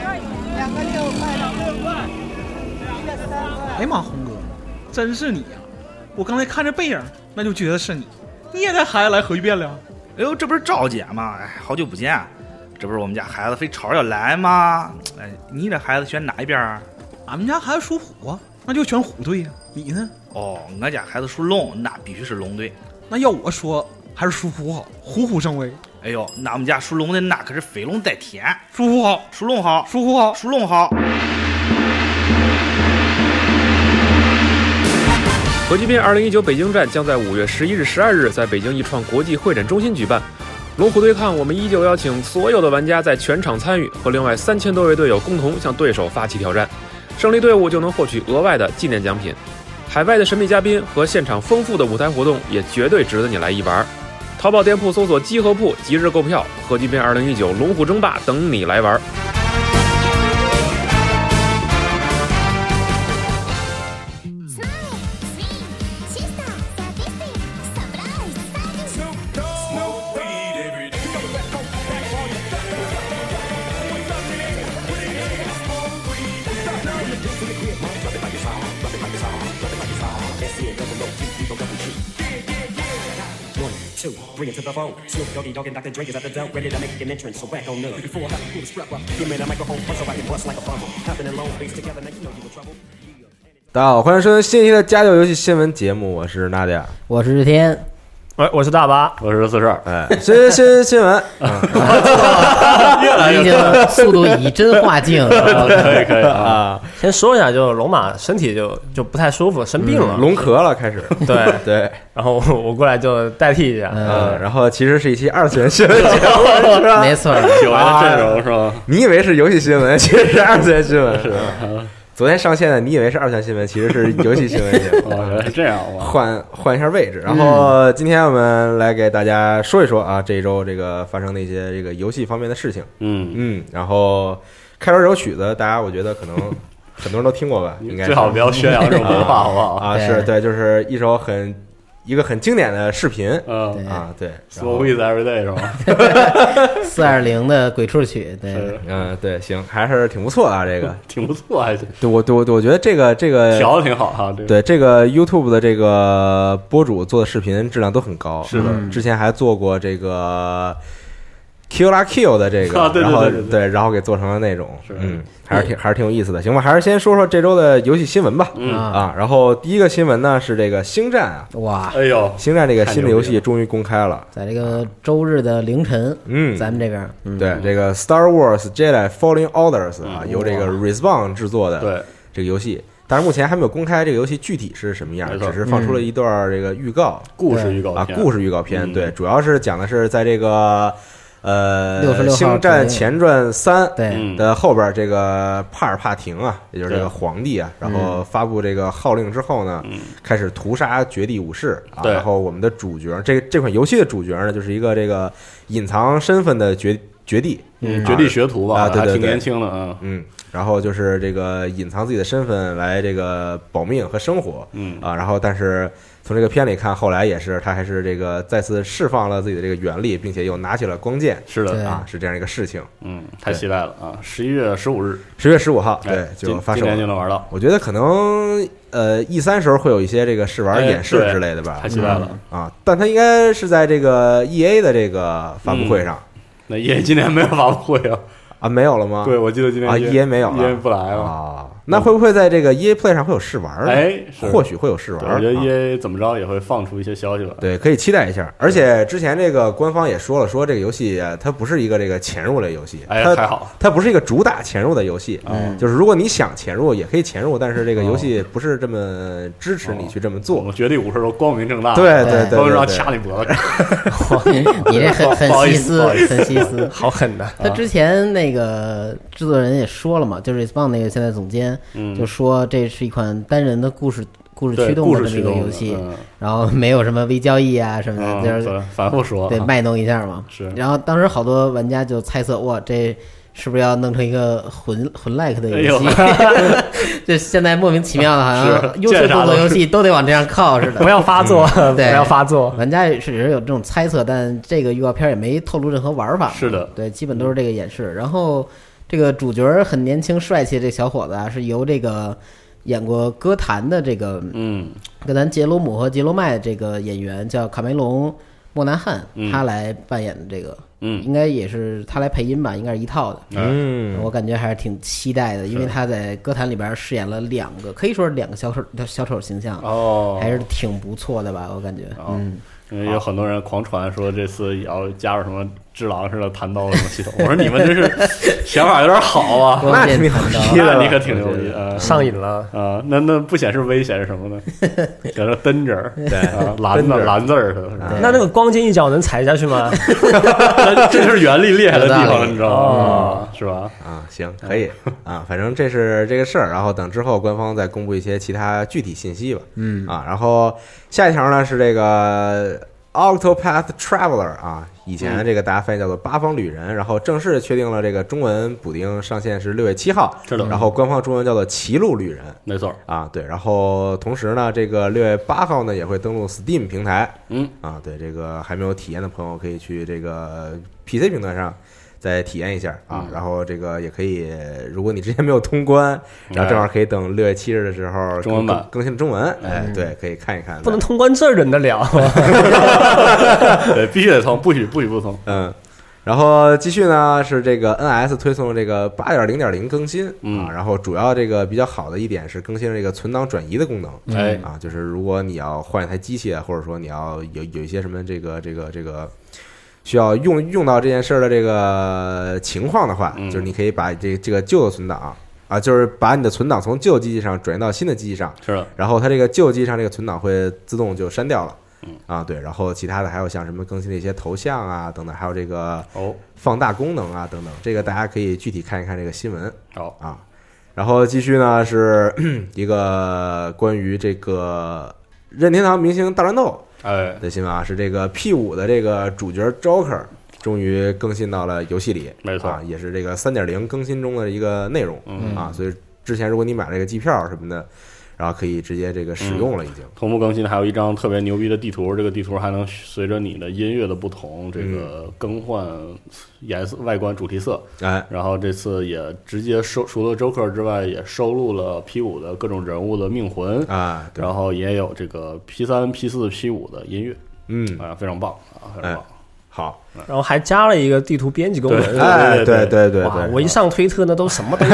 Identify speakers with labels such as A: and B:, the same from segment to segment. A: 两个六块，两个六块，一个三块。
B: 哎呀妈，红哥，真是你呀、啊我刚才看着背影，那就觉得是你。你也带孩子来合聚变了？
C: 哎呦，这不是赵姐吗？哎，好久不见，这不是我们家孩子非吵着要来吗？哎，你这孩子选哪一边啊？
B: 俺们家孩子属虎啊，那就选虎队呀、你呢？
C: 哦，我家孩子属龙，那必须是龙队。
B: 那要我说，还是属虎好，虎虎生威。
C: 哎呦，那我们家属龙的那可是飞龙在天，
B: 属虎好，
C: 属龙好，
B: 属虎好。
C: 属龙好。
D: 核聚变2019北京站将在5月11日、12日在北京一创国际会展中心举办。龙虎对抗，我们依旧邀请所有的玩家在全场参与，和另外三千多位队友共同向对手发起挑战，胜利队伍就能获取额外的纪念奖品。海外的神秘嘉宾和现场丰富的舞台活动也绝对值得你来一玩。淘宝店铺搜索“集合铺”即日购票，核聚变2019龙虎争霸等你来玩。
E: スマイルスインシスターサディスティックサプライズサービス
F: One, two, bring it to the phone. Snoop Doggy Dogg and Dr. Dre is at the door, ready to make an entrance. So whack on up. Before I have to pull the strap up, give me the microphone first so I can bust like a bubble. Hopping in long face together, now you know you in trouble.
G: 大家好，欢迎收听新一期的家教游戏新闻节目，我是娜姐。
H: 我是日天，
I: 哎，我是大巴，我是四十二，
G: 哎，新新新闻，
H: 已经速度以真化境 了。
I: 哎可以可以啊。先说一下，就龙马身体就就不太舒服，生 病了。
G: 嗯龙咳了，开始。
I: 对，
G: 对，
I: 然后我我过来就代替一下。
G: 嗯，然后其实是一期二次元新闻节目，是吧？
H: 没错，
J: 九人阵容是吧？
G: 啊你以为是游戏新闻， 其实是二次元新闻。是。
J: 啊
G: 昨天上线的，你以为是二次元新闻，其实是游戏新闻节目。
J: 哦，原来是这样哇！嗯
G: 换换一下位置，然后今天我们来给大家说一说啊，这一周这个发生的一些这个游戏方面的事情。
J: 嗯，
G: 嗯，然后开头这首曲子，大家我觉得可能很多人都听 过吧，应该是
J: 最好不要宣扬这种 文化，好不好？
G: 啊，
H: 对
G: 是对，就是一首很一个很经典的视频
J: 嗯
G: 啊，对，然
J: ，So
G: 后
J: with every day 是吧？
H: 四二零的鬼畜曲，对，
J: 是，
G: 嗯，对，行，还是挺不错的啊，这个，
J: 挺不错，还行，
G: 对我对我对我觉得这个这个
J: 调的挺好哈。这个
G: 对这个 YouTube 的这个博主做的视频质量都很高，
J: 是的
G: 嗯之前还做过这个 Q 拉 Q 的这个，
J: 啊对对
G: 然后
J: 对对对
G: 然后给做成了那种，
J: 是
G: 嗯，还是挺还是挺有意思的。行吧，还是先说说这周的游戏新闻吧。
J: 嗯
H: 啊，
G: 啊，然后第一个新闻呢是这个《星战》啊，
H: 哇，
J: 哎呦
G: 《，星战》这个
J: 太
G: 新的
J: 牛
G: 游
J: 逼
G: 戏
J: 了
G: 终于公开了。
H: 在这个周日的凌晨，
G: 嗯
H: 咱们这边，
G: 对，这个《Star Wars Jedi Fallen Orders》啊，由这个 Respawn 制作的
J: 嗯对，
G: 这个游戏，但是目前还没有公开这个游戏具体是什么样，
J: 没错
G: 只是放出
H: 嗯
G: 了一段这个预告
J: 故事预告
G: 啊，
J: 片，
G: 故事预告片。
J: 嗯
G: 对，主要是讲的是在这个呃
H: 66号
G: 《星战前传三》
H: 对，
J: 嗯，
G: 的后边，这个帕尔帕廷啊，也就是这个
J: 对嗯
G: 皇帝啊，然
H: 嗯
G: 后发布这个号令之后呢，开始屠杀绝地武士啊。
J: 对
G: 然后我们的主角，这这款游戏的主角呢，就是一个这个隐藏身份的绝绝地。
J: 嗯，绝地学徒吧，
G: 啊对对
J: 还挺
G: 对
J: 年轻的，嗯
G: 嗯，然后就是这个隐藏自己的身份来这个保命和生活
J: 嗯，
G: 啊，然后但是从这个片里看，后来也是他还是这个再次释放了自己的这个原力，并且又拿起了光剑
J: 是的，
H: 对
G: 啊，是这样一个事情。
J: 嗯，太期待了啊！十一月十五日，
G: 十月十五号，
J: 哎
G: 对，
J: 今
G: 就发售
J: 今年就
G: 了。
J: 能玩到，
G: 我觉得可能呃 E 三时候会有一些这个试玩
J: 哎
G: 演示
J: 对
G: 之类的吧
J: 太，期待了。
G: 啊，但它应该是在这个 E A 的这个发布会上
J: 那也今年没有发布会啊？
G: 啊，没有了吗？
J: 对，我记得今年
G: 啊
J: 也
G: EA 没有了
J: ，EA 不来了。
G: 啊，那会不会在这个 E A Play 上会有试玩呢？
J: 哎，是
G: 或许会有试玩
J: 对
G: 儿。
J: 我觉得 E
G: 啊
J: EA 怎么着也会放出一些消息吧。
G: 对，可以期待一下。而且之前这个官方也说了，说这个游戏呃它不是一个这个潜入类游戏，
J: 哎，
G: 它
J: 太好了，
G: 它不是一个主打潜入的游戏。
J: 嗯
G: 就是如果你想潜入，也可以潜入，但是这个游戏不是这么支持你去这么
J: 我
G: 做。
J: 们绝地武士都光明正大，
G: 对
H: 对
G: 对对
J: 光明
G: 对
J: 正大
G: 对
J: 掐你脖子，
H: 你这很
J: 不好
H: 很
J: 意
H: 细
J: 思
H: 思
J: 啊不好意，
H: 很细思。
I: 好狠呐！
H: 他之前那个制作人也说了嘛，就是 Respawn 那个现在总监
J: 嗯
H: 就说这是一款单人的故事故事
J: 对
H: 驱动
J: 故
H: 的
J: 事
H: 这么一
J: 驱
H: 个
J: 动
H: 游
J: 的
H: 戏，
J: 嗯
H: 然后没有什么微交易啊什么的，就
J: 嗯，
H: 是
J: 对啊反复说，
H: 对，卖弄一下嘛。
J: 是
H: 然后当时好多玩家就猜测，哇，这是不是要弄成一个魂魂 like 的
J: 哎
H: 游戏？ 就现在莫名其妙的，好像
J: 是
H: 优秀
J: 见啥
H: 动作
J: 都
H: 游
J: 是
H: 戏都得往这样靠似的
I: 不。要发作，不
H: 对嗯
I: 要发作。
H: 玩家也是也是有这种猜测，但这个预告片也没透露任何玩法。
J: 是的
H: 对，基本都是这个演示。然后这个主角儿很年轻帅气，这小伙子啊，是由这个演过歌坛的这个
J: 嗯，
H: 歌坛杰罗姆和杰罗麦这个演员叫卡梅隆·莫纳汉，
J: 嗯
H: 他来扮演的这个，
J: 嗯
H: 应该也是他来配音吧，应该是一套的。
G: 嗯，
H: 我感觉还是挺期待的，因为他在歌坛里边饰演了两个，可以说是两个小丑小丑形象，
J: 哦，
H: 还是挺不错的吧，我感觉。
J: 哦
G: 嗯
J: 因为有很多人狂传说这次也要加入什么智狼似的弹刀什么系统，我说你们 真是想法有点好啊，
H: 光
G: 那
H: 剑
G: 挺
H: 弹
G: 牛
H: 刀
G: 逼
J: 那
G: 的，
J: 你可挺牛逼啊
I: 上瘾了。
J: 啊！那那不显示危险是什么呢？在那蹬 着儿，对啊，蓝
G: 蹬
J: 的
G: 着儿
J: 蓝字儿似的，
H: 对
I: 那那个光剑一脚能踩下去吗？
H: 啊
J: 那这就是原力厉害的地 方了，你知道吗
I: 哦？
J: 啊是吧？
G: 啊，行，可以啊，反正这是这个事儿，然后等之后官方再公布一些其他具体信息吧。
B: 嗯
G: 啊，然后下一条呢是这个 Octopath Traveler 啊，以前这个大家翻译叫做《八方旅人》，然后正式确定了这个中文补丁上线是六月七号，
J: 是的
G: 然后官方中文叫做《歧路旅人》
J: 没错儿，
G: 啊，对，然后同时呢，这个六月八号呢也会登陆 Steam 平台，
J: 嗯
G: 啊，对，这个还没有体验的朋友可以去这个 PC 平台上。再体验一下
J: 嗯
G: 啊，然后这个也可以，如果你之前没有通关，然后正好可以等六月七日的时候
J: 哎中文版嗯
G: 更更新了中文，哎，对，可以看一看。
I: 不能通关这忍得了？
J: 对，必须得通，不许不许不通。
G: 嗯，然后继续呢是这个 NS 推送这个八点零点零更新、
J: 嗯
G: 啊，然后主要这个比较好的一点是更新了这个存档转移的功能。
J: 哎
G: 啊，就是如果你要换一台机器啊，或者说你要有有一些什么这个这个这个需要用用到这件事儿的这个情况的话，
J: 嗯
G: 就是你可以把这这个旧的存档啊，就是把你的存档从旧机器上转移到新的机器上，
J: 是的，
G: 然后它这个旧机上这个存档会自动就删掉了
J: 嗯。
G: 啊，对，然后其他的还有像什么更新的一些头像啊等等，还有这个
J: 哦，
G: 放大功能啊等等，这个大家可以具体看一看这个新闻
J: 好，
G: 啊。然后继续呢是 一个关于这个任天堂明星大乱斗
J: 哎，
G: 的新闻啊，是这个 P 五的这个主角 Joker 终于更新到了游戏里，
J: 没错
G: 啊也是这个三点零更新中的一个内容
J: 嗯
G: 啊，所以之前如果你买了这个机票什么的，然后可以直接这个使用了已经。
J: 同步更新还有一张特别牛逼的地图，这个地图还能随着你的音乐的不同，这个更换颜色、外观、主题色。
G: 哎，
J: 然后这次也直接收，除了 Joker 之外，也收录了 P 五的各种人物的命魂，
G: 啊，对，
J: 然后也有这个 P 三、P 四、P 五的音乐，
G: 嗯，
J: 啊，非常棒啊，非常棒。
G: 好，
I: 然后还加了一个地图编辑功能。
G: 哎，对
J: 对对
G: 对对
I: 哇！
G: 对，
I: 我一上推特，那都什么东西，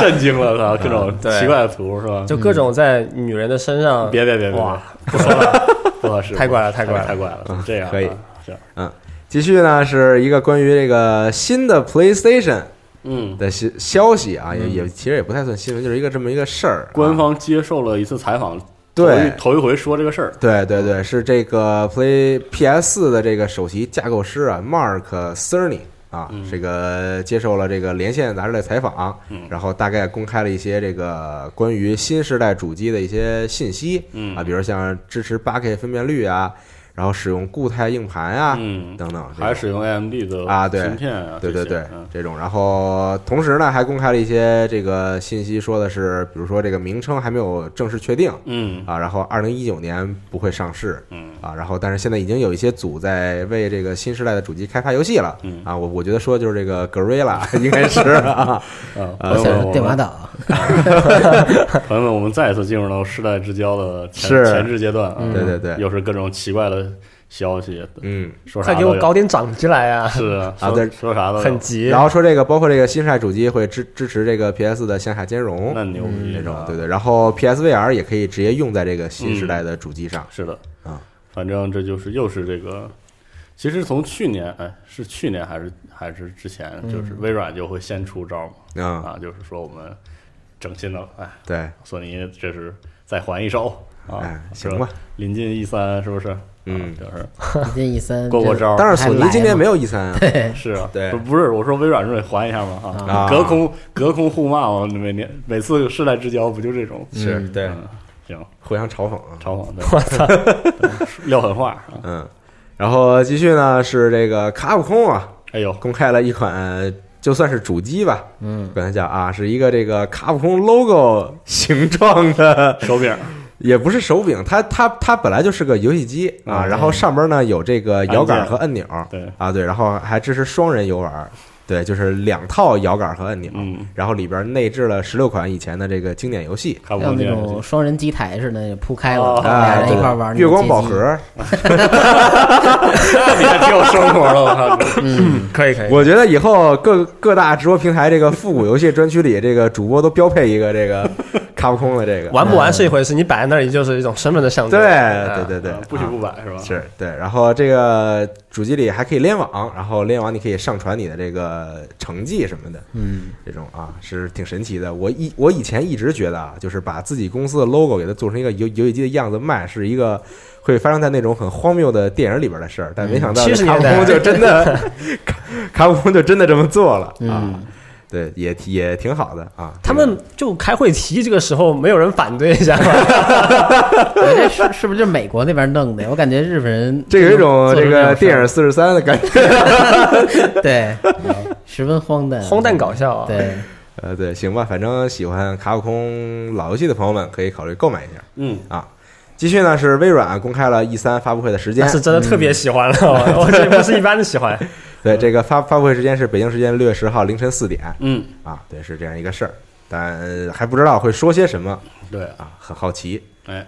J: 震惊了，他各种奇怪的图是吧？
I: 就各种在女人的身上。
J: 别别别别，
I: 哇，
J: 不 说了，不合适，
I: 太怪了太怪了
J: 太怪了，这样啊
G: 嗯可以
J: 这样，
G: 继续呢是一个关于这个新的 PlayStation
J: 嗯，
G: 的新消息啊，也也其实也不太算新闻，就是一个这么一个事儿啊。
J: 官方接受了一次采访，
G: 对
J: 头一头一回说这个事儿，
G: 对对对，是这个 Play PS 4的这个首席架构师啊，Mark Cerny 啊，
J: 嗯
G: 这个接受了这个《连线》杂志的采访，然后大概公开了一些这个关于新时代主机的一些信息
J: 嗯
G: 啊，比如像支持 8K 分辨率啊，然后使用固态硬盘啊
J: 嗯，
G: 等等，这
J: 还
G: 种
J: 使用 AMD 的
G: 啊对
J: 芯片啊，
G: 对对
J: 这些
G: 对
J: 嗯，
G: 这种。然后同时呢，还公开了一些这个信息，说的是，比如说这个名称还没有正式确定
J: 嗯
G: 啊，然后二零一九年不会上市
J: 嗯
G: 啊，然后但是现在已经有一些组在为这个新时代的主机开发游戏了
J: 嗯
G: 啊，我我觉得说的就是这个 Gorilla 应该是啊，
J: 啊，
G: 呃
J: 朋友
H: 想
J: 们，
H: 着
J: 我
H: 电马
J: 们
H: 岛，
J: 朋友们，我们再一次进入到世代之交的前
G: 是嗯
J: 前置阶段啊，
G: 对对对
J: 又是各种奇怪的消息，
G: 嗯。
J: 说啥
I: 快
J: 都
I: 给我
J: 有
I: 搞点长进来啊！
J: 是啊
G: 啊
J: 说
G: 对
J: 说啥都有
I: 很急
G: 然，后说这个，包括这个新时代主机会支支持这个 PS 的向下兼容
J: 那牛逼
G: 这种
J: 啊，
G: 对对。然后 PSVR 也可以直接用在这个新时代的主机上，
J: 是的
G: 啊，
J: 反正这就是又是这个。其实从去年，哎，是去年还是还是之前，就是微软就会先出招嘛，
G: 嗯，
J: 啊，就是说我们整新的了，哎，
G: 对，
J: 索尼这是再还一手啊
G: 哎，
J: 是
G: 行吧，
J: 临近 E 三是不是？
G: 嗯
J: 啊就是
H: 一进一三
J: 过过招，
G: 但是索尼今年没有 E 三啊，
J: 是啊，
G: 对
J: 不不是我说微软说得还一下嘛
G: 啊
J: 啊，隔空隔空互骂嘛，每年每次世代之交不就这种？
G: 是对
J: 嗯行，
G: 互相嘲讽啊。
J: 嘲讽，对我操，对撂狠话啊！
G: 嗯，然后继续呢是这个卡普空啊，
J: 哎呦，
G: 公开了一款就算是主机吧，嗯，管它叫啊，是一个这个卡普空 logo 形状的，
J: 手柄
G: 也不是手柄，它它它本来就是个游戏机啊，
J: 嗯
G: 然后上边呢有这个摇杆和按钮，
J: 对
G: 啊对，然后还支持双人游玩。对，就是两套摇杆和按钮，
J: 嗯，
G: 然后里边内置了十六款以前的这个经典游戏。
J: 看不
H: 像
J: 懂
H: 那
J: 电视
H: 种
J: 机
H: 双人机台似的，铺开了，
J: 哦
H: 俩
G: 啊，
H: 人
G: 对
H: 一块玩。
G: 月光宝，盒，
J: 你还 挺有生活的，我靠！
I: 嗯可以可以，
G: 我觉得以后各各大直播平台这个复古游戏专区里，这个主播都标配一个这个卡普空的这个。
I: 玩不玩是一回事，你摆在那里就是一种身份的象征。
G: 对
I: 啊
G: 对对对
J: 啊，不许不摆是吧？
G: 是对，然后这个主机里还可以联网，然后联网你可以上传你的这个成绩什么的，嗯，这种啊是挺神奇的。我以我以前一直觉得啊，就是把自己公司的 logo 给它做成一个游游戏机的样子卖，是一个会发生在那种很荒谬的电影里边的事儿，但没想到
I: 嗯70
G: 卡
I: 年
G: 普
I: 代
G: 空就真的卡普空就真的这么做了啊
H: 嗯，
G: 对，也也挺好的啊。这
I: 他们
G: 个
I: 就开会提这个时候，没有人 反对一下吗？
H: 我觉得这是是不是就是美国那边弄的？我感觉日本人
G: 这有一种
H: 做出
G: 这
H: 这
G: 个
H: 事儿
G: 电影四十三的感觉。
H: 对，十分荒诞，
I: 荒诞搞笑啊！，
H: 对，
G: 呃，对，行吧，反正喜欢卡普空老游戏的朋友们可以考虑购买一下
J: 嗯，
G: 啊。继续呢是微软公开了 E 三发布会的时间
I: 那，是真的特别喜欢了，啊
G: 嗯
I: 我我这不是一般的喜欢。
G: 对这个发发布会时间是北京时间六月十号凌晨四点
J: 嗯，
G: 啊，对，是这样一个事儿，但还不知道会说些什么
J: 对，
G: 啊，很好奇。嗯
J: 哎，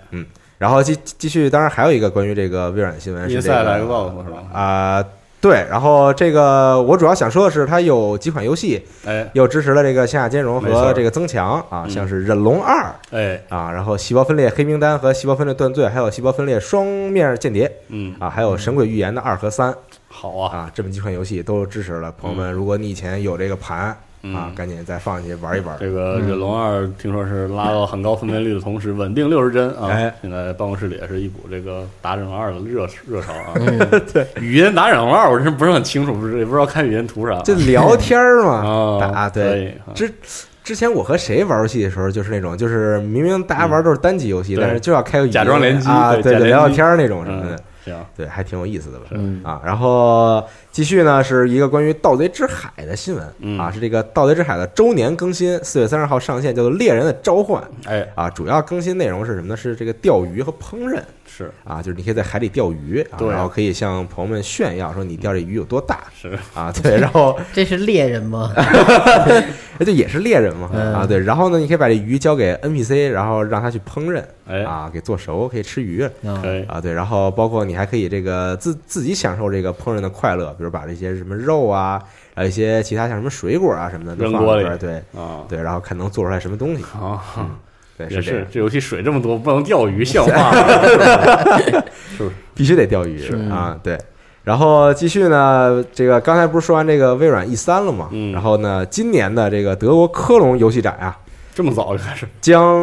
G: 然后继继续，当然还有一个关于这个微软的新闻
J: 伊
G: 是这
J: 赛来
G: 个
J: 个 boss 是吧？
G: 啊、对，然后这个我主要想说的是，它有几款游戏
J: 哎
G: 又支持了这个线下兼容
J: 没错
G: 和
J: 儿
G: 这个增强啊，
J: 嗯
G: 像是《忍龙二》。
J: 哎，
G: 啊，然后细胞分裂黑名单和细胞分裂断罪，还有细胞分裂双面间谍
J: 嗯，
G: 啊，还有神鬼预言的二和三
J: 好啊，
G: 啊，这么几款游戏都支持了。朋友们，如果你以前有这个盘啊
J: 嗯，
G: 赶紧再放进去玩一玩。
J: 这个忍龙二听说是拉到很高分辨率的同时，稳定六十帧啊！
G: 哎
J: 现在办公室里也是一股这个打忍龙二的热热潮啊！ 对，语音打忍龙二，我真不是很清楚，不是也不知道看语音图啥。
G: 就聊天儿
J: 哦
G: 嘛，打
J: 可
G: 对
J: 以啊
G: 之。之前我和谁玩游戏的时候，就是那种，就是明明大家玩都是单机游戏，
J: 对
G: 但是就要开个语音
J: 假装联机
G: 啊，
J: 对
G: 对
J: 假
G: 对，
J: 联
G: 聊聊
J: 机
G: 天儿那种什么
J: 嗯
G: 的，，
J: 行，
G: 对，还挺有意思的吧。
H: 嗯
G: 啊，然后继续呢是一个关于《盗贼之海》的新闻、
J: 嗯
G: 啊，是这个《盗贼之海》的周年更新，四月三十号上线，叫做《猎人的召唤》
J: 哎，
G: 啊。主要更新内容是什么呢？是这个钓鱼和烹饪
J: 是
G: 啊，就是你可以在海里钓鱼，啊、
J: 对
G: 然后可以向朋友们炫耀说你钓这鱼有多大
J: 是，
G: 啊，对，然后哎
H: 这是猎人吗？
G: 这也是猎人嘛、
H: 嗯
G: 啊，对，然后呢，你可以把这鱼交给 NPC，然后让他去烹饪
J: 哎，
G: 啊，给做熟，可以吃鱼，
H: 啊
J: 可以，
G: 啊，对，然后包括你还可以这个自自己享受这个烹饪的快乐，比如把这些什么肉啊，还有一些其他像什么水果啊什么的都
J: 扔
G: 放
J: 锅里
G: 边儿对
J: 啊
G: 对，然后看能做出来什么东西，
J: 啊，
G: 对，是这
J: 也是
G: 样，
J: 这游戏水这么多，不能钓鱼，像话 吗？是不是？
G: 必须得钓鱼
J: 是
G: 啊，对。然后继续呢，这个刚才不是说完这个微软 E 三了吗？
J: 嗯
G: 然后呢，今年的这个德国科隆游戏展啊，
J: 这么早就开始？
G: 将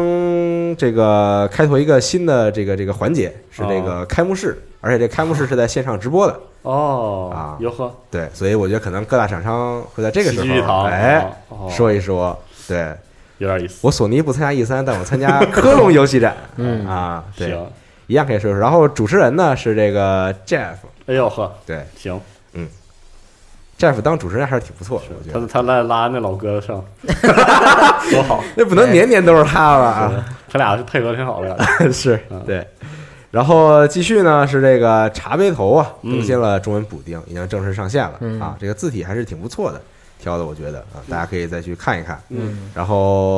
G: 这个开拓一个新的这个这个环节，是这个开幕式，而且这开幕式是在线上直播的。
J: 哦，
G: 啊
J: 哟呵，
G: 对，所以我觉得可能各大厂商会在这个时
J: 喜剧一
G: 候，
J: 堂
G: 哎，，
J: 哦
G: 说一说。对
J: 有点意思，
G: 我索尼不参加 E 三，但我参 加科隆游戏展，嗯啊，对，
J: 行，
G: 一样可以说说。然后主持人呢是这个 Jeff，
J: 哎呦呵，
G: 对
J: 行，
G: Jeff 当主持人还是挺不错的，我觉
J: 他
G: 得。
J: 他来拉那老哥上，多好，
G: 那不能年年都是他 吧？
J: 他俩是配合挺好的感 觉。
G: 是
J: 嗯
G: 对。然后继续呢是这个茶杯头啊，
J: 嗯
G: 更新了中文补丁，已经正式上线了啊。这个字体还是挺不错的，挑的我觉得啊，大家可以再去看一看。
J: 嗯，
G: 然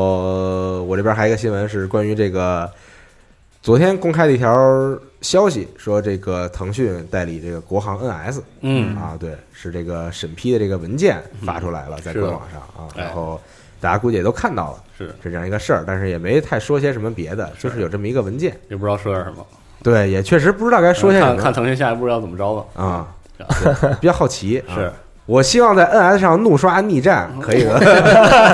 G: 后我这边还有一个新闻是关于这个昨天公开的一条消息，说这个腾讯代理这个国行 NS，
J: 嗯
G: 啊，对，是这个审批的这个文件发出来了，在官网上啊，
J: 哎
G: 然后大家估计也都看到了，
J: 是
G: 是这样一个事儿，但是也没太说些什么别的，就是有这么一个文件，嗯
J: 也不知道说点什么，
G: 对，也确实不知道该 说些什
J: 看看
G: 么
J: 腾讯下一步要怎么着吧。
G: 啊，
J: 嗯
G: 对 比较好奇，啊
J: 是，
G: 我希望在 NS 上怒刷逆战，可 以的，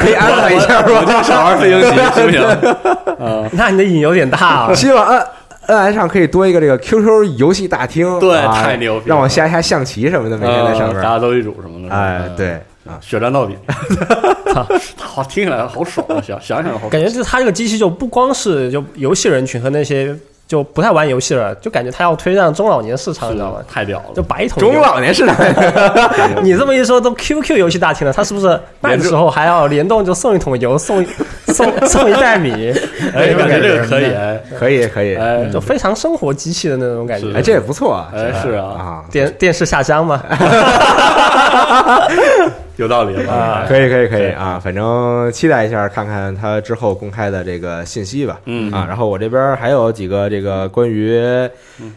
G: 可以安排一下
J: 我
G: 吧，
J: 就少玩飞行棋，行 不行？
G: 嗯
I: 那你的瘾有点大啊！
G: 希望 N N S 上可以多一个这个 QQ 游戏大厅，
J: 对
G: 啊
J: 太牛逼了
G: 让我下一下象棋什么的，每天在上
J: 嗯大
G: 面，
J: 家斗地主什么的。
G: 哎
J: 嗯，
G: 对啊，
J: 血战 到底，操好听起来好爽啊！想想想好爽，
I: 感觉就是他这个机器就不光是就游戏人群和那些就不太玩游戏了，就感觉他要推向中老年市场，你知道吗？
J: 啊太屌了！
I: 就白桶
G: 中老年市场，
I: 你这么一说，都 QQ 游戏大厅了，他是不是卖的时候还要联动就送一桶油，送一送 送一袋 米，
J: 哎，感觉这个可以，
G: 可以可以，哎，
J: 哎
I: 就非常生活机器的那种感觉。
J: 是
G: 这也不错啊，
J: 哎，是啊，
G: 啊，
I: 电电视下乡嘛，
J: 有道理
I: 啊
J: 了，
G: 可以可以可以
J: 对
G: 啊，反正期待一下，看看它之后公开的这个信息吧。
J: 嗯
G: 啊，然后我这边还有几个这个关于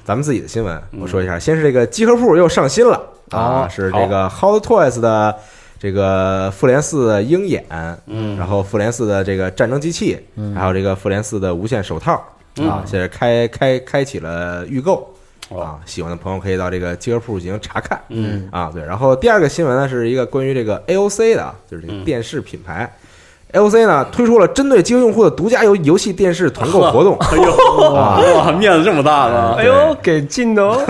G: 咱们自己的新闻，我说一下。先是这个机壳铺又上新了
J: 哦
G: 啊，是这个 Hot Toys 的这个复联四鹰眼，嗯，然后复联四的这个战争机器，
J: 嗯
G: 还有这个复联四的无限手套啊，现在开开开启了预购。啊，喜欢的朋友可以到这个机壳铺进行 查看。
J: 哦嗯
G: 啊，对。然后第二个新闻呢，是一个关于这个 AOC 的，就是这个电视品牌。AOC 呢推出了针对机壳用户的独家游游戏电视团购活动， 啊
J: 哎呦，哇，面子这么大呢
I: 哎，呦，给劲的 哦！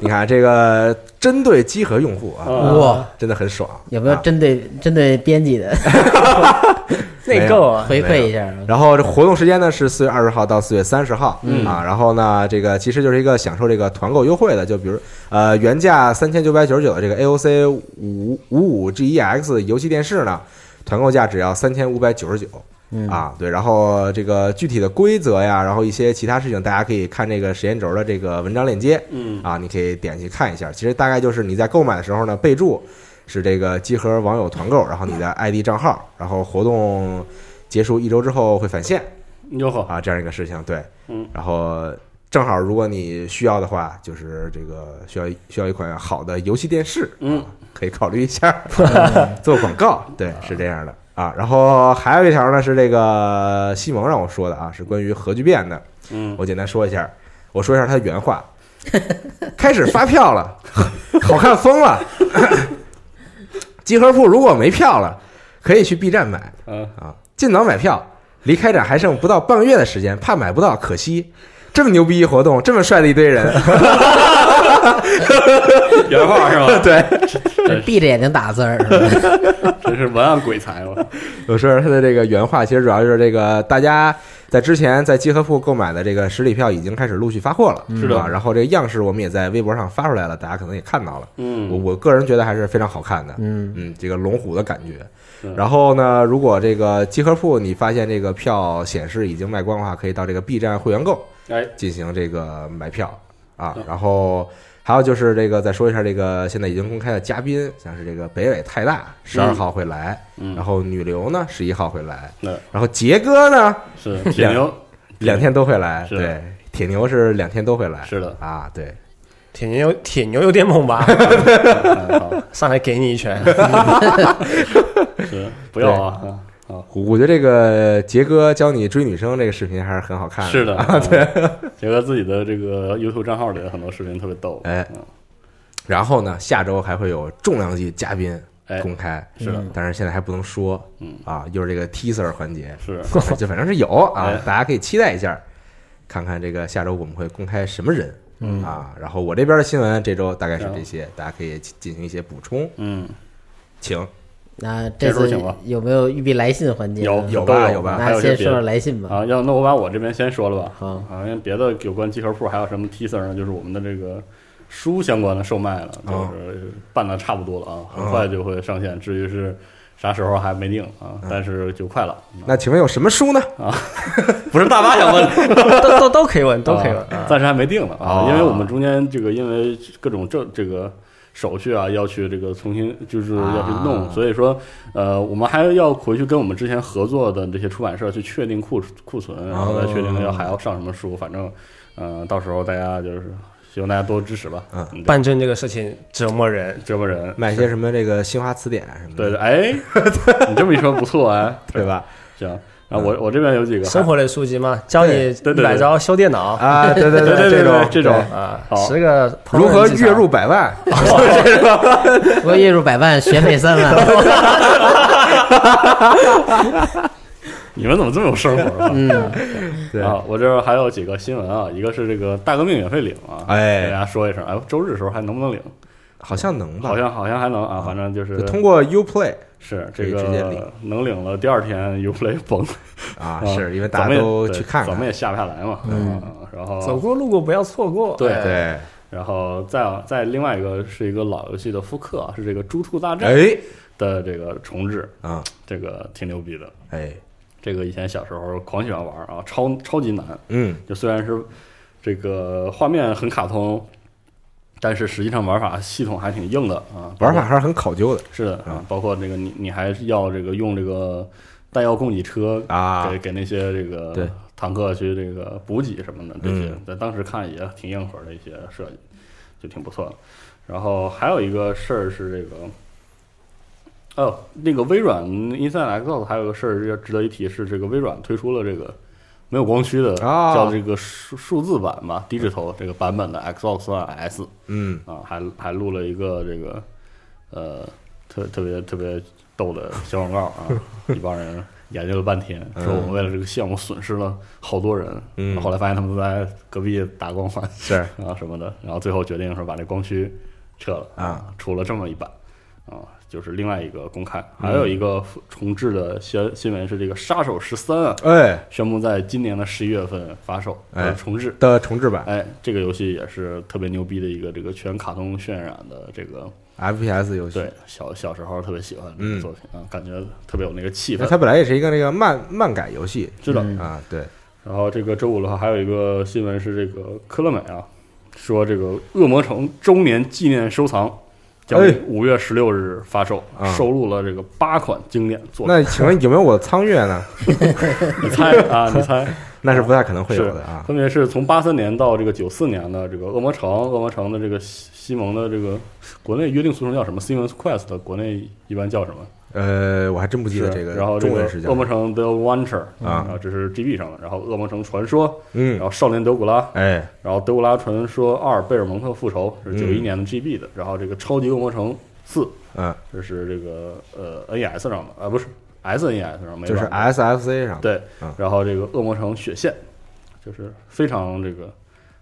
G: 你看这个针对机核用户
J: 哦
G: 啊，
H: 哇，
G: 真的很爽。
H: 有没有
G: 啊
H: 针对针对编辑的
I: 内购啊，
H: 回馈一下？
G: 然后这活动时间呢是四月二十号到四月三十号、啊，然后呢，这个其实就是一个享受这个团购优惠的，就比如呃原价三千九百九十九的这个 AOC 五五五 GEX 游戏电视呢，团购价只要三千五百九十九。啊，对，然后这个具体的规则呀，然后一些其他事情，大家可以看这个时间轴的这个文章链接，
J: 嗯
G: 啊，你可以点去看一下。其实大概就是你在购买的时候呢，备注是这个集合网友团购，然后你的 ID 账号，然后活动结束一周之后会返现
J: 嗯哟呵，
G: 啊，这样一个事情。对，
J: 嗯，
G: 然后正好如果你需要的话，就是这个需要需要一款好的游戏电视，
J: 嗯
G: 啊，可以考虑一 下做广告。对，是这样的啊。然后还有一条呢是这个西蒙让我说的啊，是关于核聚变的。
J: 嗯，
G: 我简单说一下，我说一下他的原话： 开始发票了， 好看疯了。 集合铺如果没票了，可以去 B 站买
J: 嗯
G: 啊，尽早买票。离开展还剩不到半个月的时间，怕买不到，可惜。这么牛逼一活动，这么帅的一堆人，
J: 原话是吧？对，
H: 就闭着眼睛打字儿，
J: 真是文案鬼才哦了，
G: 我说他的这个原话，其实主要就是这个大家在之前在集合铺购买的这个实体票已经开始陆续发货了，
J: 嗯是的
G: 啊然后这个样式我们也在微博上发出来了，大家可能也看到了。
J: 嗯，
G: 我我个人觉得还是非常好看的，
H: 嗯
G: 这个龙虎的感觉
J: 是。
G: 然后呢，如果这个集合铺你发现这个票显示已经卖光的话，可以到这个 B 站会员购
J: 哎，
G: 进行这个买票啊
J: 嗯。
G: 然后还有就是这个再说一下这个现在已经公开的嘉宾，像是这个北纬太大十二
J: 嗯
G: 号会来，
J: 嗯
G: 然后女流呢十一号会来，
J: 嗯
G: 然后杰哥呢
J: 是铁牛，
G: 两天都会来，
J: 是
G: 对，铁牛是两天都会来，
J: 是的
G: 啊，对，
I: 铁牛铁牛有点猛 吧？
J: 哎好
I: 上来给你一 拳，
J: 是不要啊，啊
G: 我我觉得这个杰哥教你追女生这个视频还是很好看的，
J: 是的，啊对，结合自己的这个 YouTube 账号里的很多视频特别逗，
G: 哎
J: 嗯，
G: 然后呢，下周还会有重量级嘉宾
J: 哎
G: 公开，嗯
J: 是的
G: 但是现在还不能说，
J: 嗯
G: 啊，又是这个 teaser 环节，
J: 是，
G: 就反正是有啊
J: 哎，
G: 大家可以期待一下，看看这个下周我们会公开什么人，嗯啊，然后我这边的新闻这周大概是这些，大家可以进行一些补充，
J: 嗯，
G: 请
H: 那
J: 这
H: 这
J: 时候
H: 次
J: 请吧
H: 有没有预备来信环节呢？
J: 有
G: 有
J: 都
G: 吧
J: 有
G: 有吧
J: 啊还
H: 那
J: 有
H: 先
J: 些别
H: 说说
J: 的
H: 来信吧。
J: 啊，要那我把我这边先说了吧，
H: 好
J: 啊，因为别的有关机壳铺还有什么 teaser 呢，就是我们的这个书相关的售卖了，
G: 哦
J: 就是办的差不多了啊，很快就会上线，至于是啥时候还没定啊，但是就快了，嗯
G: 那请问有什么书呢？
J: 不是大巴想问。
I: 都都都可以问，都可以问。
J: 啊暂时还没定呢啊，
G: 哦
J: 因为我们中间这个因为各种证这个手续啊，要去这个重新就是要去弄，
G: 啊
J: 所以说呃，我们还要回去跟我们之前合作的这些出版社去确定库库存，然后再确
G: 哦
J: 定要还要上什么书，反正呃，到时候大家就是希望大家多支持吧，
G: 嗯
J: 嗯，
I: 办证这个事情折磨人，
J: 折磨人，
G: 买些什么这个新华词典啊什么的，
J: 对对，哎， 你这么一说不错哎，
G: 嗯 对吧？嗯
J: 行，然后我我这边有几个
I: 生活类书籍嘛，教你
J: 对对
I: 一
J: 对
I: 百招修电脑
G: 啊，对对
J: 对对对
G: 这种
J: 这种
G: 对
I: 啊
J: 好，
I: 十个烹饪
G: 如何
I: 技巧
G: 月
J: 啊
G: 入百万？
H: 我月入百万，学费三万。
J: 你们怎么这么有生活啊？
H: 嗯，
G: 对
J: 啊，我这儿还有几个新闻啊，一个是这个大革命免费领啊，
G: 哎
J: 给大家说一声，哎，周日的时候还能不能领？
G: 好像能吧？
J: 好像好像还能啊，反正就是
G: 就通过 U Play
J: 是
G: 可
J: 这
G: 以直接领
J: 个能领了，第二天 Uplay 崩，
G: 啊
J: 啊，
G: 是因为大
J: 咱们
G: 家
J: 也
G: 都
J: 对
G: 去看
J: 咱们
G: 看
J: 也，下不下来嘛，嗯，然
I: 走
J: 后
I: 过路过不要错过。
J: 对
I: 哎
J: 对
G: 对，
J: 然后再往再另外一个是一个老游戏的复刻啊，是这个《猪兔大战》
G: 哎
J: 的这个重置，
G: 啊
J: 这个挺牛逼的，
G: 哎
J: 这个以前小时候狂喜欢玩啊，超超级难，
G: 嗯
J: 就虽然是这个画面很卡通，但是实际上玩法系统还挺硬的啊，包括
G: 玩法还是很考究的
J: 是的啊，包括这个你你还是要这个用这个弹药供给车
G: 啊
J: 给给那些这个
G: 对
J: 坦克去这个补给什么的这些
G: 嗯，
J: 在当时看也挺硬核的一些设计，就挺不错的。然后还有一个事儿是这个。哦，那个微软 Inside Xbox 还有个事儿要值得一提是，这个微软推出了这个没有光驱的，
G: 啊
J: 叫这个数数字版吧，低指头这个版本的 Xbox One S。
G: 嗯
J: 啊，还还录了一个这个呃特特别特别逗的小广告啊，一帮人研究了半天，说我们为了这个项目损失了好多人，
G: 嗯
J: 后来发现他们都在隔壁打光环
G: 是
J: 啊什么的，然后最后决定说把这光驱撤了啊，出了这么一版啊，就是另外一个公开，还
G: 嗯
J: 有一个重置的新新闻是这个《杀手十三》啊，
G: 哎
J: 宣布在今年的十一月份发售，
G: 哎
J: 呃重置。
G: 的重置版
J: 哎，这个游戏也是特别牛逼的一个这个全卡通渲染的这个，
G: FPS 游戏。
J: 对小小时候特别喜欢这
G: 嗯
J: 个作品啊，感觉特别有那个气
G: 那它
J: 氛。
G: 本来也是一个那个漫漫改游戏
J: 知道。
G: 啊，对，
J: 然后这个周五的话，还有一个新闻是这个科乐美啊，说这个《恶魔城》周年纪念收藏将
G: 哎
J: 于五月十六日发售，
G: 啊
J: 收录了这个八款经典作品。
G: 那请问有没有我的苍月呢？
J: 你猜啊，你猜。
G: 那是不太可能会
J: 是
G: 有的啊。
J: 分别是从八三年到这个九四年的这个《恶魔城》，《恶魔城》的这个西西蒙的这个国内约定俗称叫什么？Simon's Quest，的国内一般叫什么？
G: 呃，我还真不记
J: 是
G: 得这个
J: 然后这
G: 中
J: 个
G: 文是
J: 《
G: 叫
J: 恶魔城 The Wancher》
G: 啊
J: 然后这是 GB 上的，然后《恶魔城传说》，然
G: 嗯，
J: 后《少年德古拉》，
G: 哎，
J: 然后《德古拉传说二：贝尔蒙特复仇》是
G: 嗯
J: 九一年的 GB 的，然后这个《超级恶魔城四》，
G: 嗯，
J: 这是这个呃 NES 上的啊，不是 SNES 上没
G: 就是
J: 版的
G: SFC 上的，
J: 对
G: 嗯，
J: 然后这个《恶魔城血线》，就是非常这个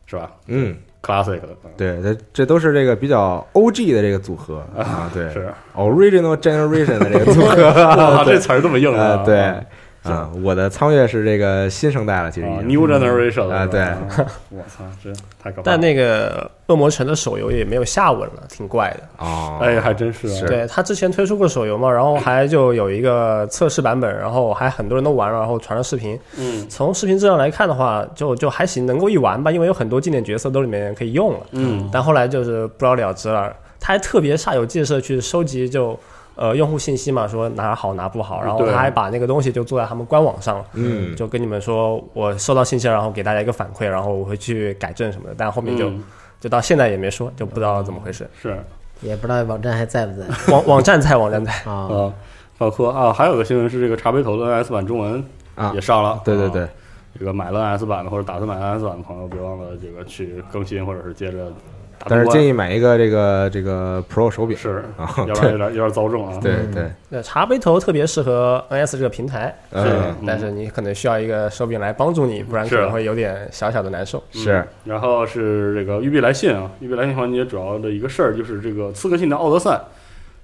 J: 是吧
G: 嗯，
J: ？classic 的，嗯，
G: 对，这这都是这个比较 OG 的这个组合啊，对
J: 是。
G: ，Original Generation 的这个组 合
J: 哇， 这词儿这么硬
G: 啊，
J: 啊！
G: 对
J: 啊
G: 啊，我的苍月是这个新生代了，其实已经
J: ，New Generation
G: 啊，对，
J: 嗯我操，这太可怕了！
I: 但那个恶魔城的手游也没有下文了，挺怪的。
G: 哦，
J: 哎，还真是啊
G: 是
I: 对他之前推出过手游嘛，然后还就有一个测试版本，然后还很多人都玩了，然后传了视频。
J: 嗯
I: 从视频质量来看的话，就就还行，能够一玩吧，因为有很多经典角色都里面可以用了。
J: 嗯，
I: 但后来就是不了了之了。他还特别煞有介事去收集就呃用户信息嘛，说哪好哪不好，然后
J: 对
I: 他还把那个东西就做在他们官网上了。
G: 嗯
I: 就跟你们说我收到信息了，然后给大家一个反馈，然后我会去改正什么的。但后面就、
J: 嗯
I: 就到现在也没说，就不知道怎么回事。
J: 是
G: 啊
H: 也不知道网站还在不在
I: 网网站在网站在。
H: 啊。
J: 啊，包括啊，还有个新闻是这个茶杯头的 NS 版中文
G: 啊
J: 也上了，
G: 对对
J: 啊
G: 对，
J: 这个买了 NS 版的或者打算买 NS 版的朋友，别忘了这个去更新或者是接着打通关。
G: 但是建议买一个这个这个 Pro 手柄，
J: 是，
G: 啊
J: 要不然有点有点遭重啊。
G: 对对，
I: 那茶杯头特别适合 NS 这个平台，
G: 嗯，
I: 但是你可能需要一个手柄来帮助你，不然可
J: 是啊
I: 能会有点小小的难受。
J: 嗯
G: 是，
J: 然后是这个玉璧来信啊，玉璧来信环节主要的一个事儿就是这个《刺客信条：奥德赛》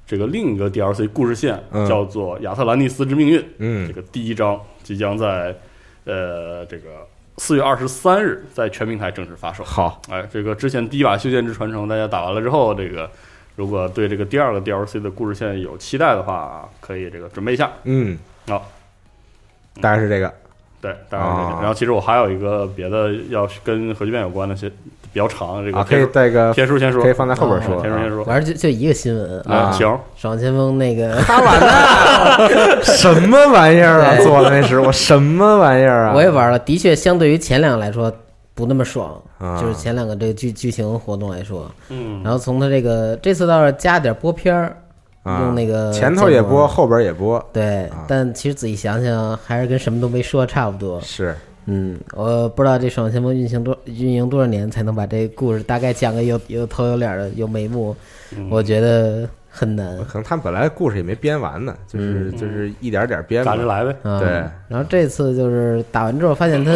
J: 这个另一个 DLC 故事线
G: 嗯
J: 叫做《亚特兰蒂斯之命运》，这
G: 嗯
J: 个第一章即将在呃这个四月二十三日在全平台正式发售。
G: 好，
J: 哎，这个之前第一把《修建之传承》大家打完了之后，这个如果对这个第二个 DLC 的故事线有期待的话，可以这个准备一下。
G: 嗯，
J: 好，
G: 大概是这个，
J: 对，当然是这个。
G: 啊
J: 然后其实我还有一个别的要跟核聚变有关的，些比较长，这个
G: 啊，可
J: 天
G: 以
J: 书
G: 带个
J: 天书先说，
G: 可以放在后边说
J: 天书先
G: 啊，
J: 说。嗯
H: 我还是就就一个新闻啊，
J: 来，
G: 啊
J: 请
H: 爽先锋那个，
G: 他完了， 什么玩意 儿啊？
H: 对
G: 做的那时我什么玩意儿啊？
H: 我也玩了，的确相对于前两个来说不那么爽，
G: 啊
H: 就是前两个这个剧剧情活动来说，
J: 嗯，
H: 然后从他这个这次倒是加点播片儿，
G: 啊
H: 用那个
G: 前头也
H: 建模
G: 播，后边也播，
H: 对，
G: 啊
H: 但其实仔细想想，还是跟什么都没说差不多。
G: 是
H: 嗯，我不知道这《爽先锋》运行多运营多少年，才能把这故事大概讲个有有头有脸的，有眉目，我觉得很难
G: 可能他们本来故事也没编完呢，
J: 嗯
G: 就是就是一点点编
J: 打着
G: 嘛，
J: 来呗。
H: 啊。
G: 对
H: 然后这次就是打完之后，发现他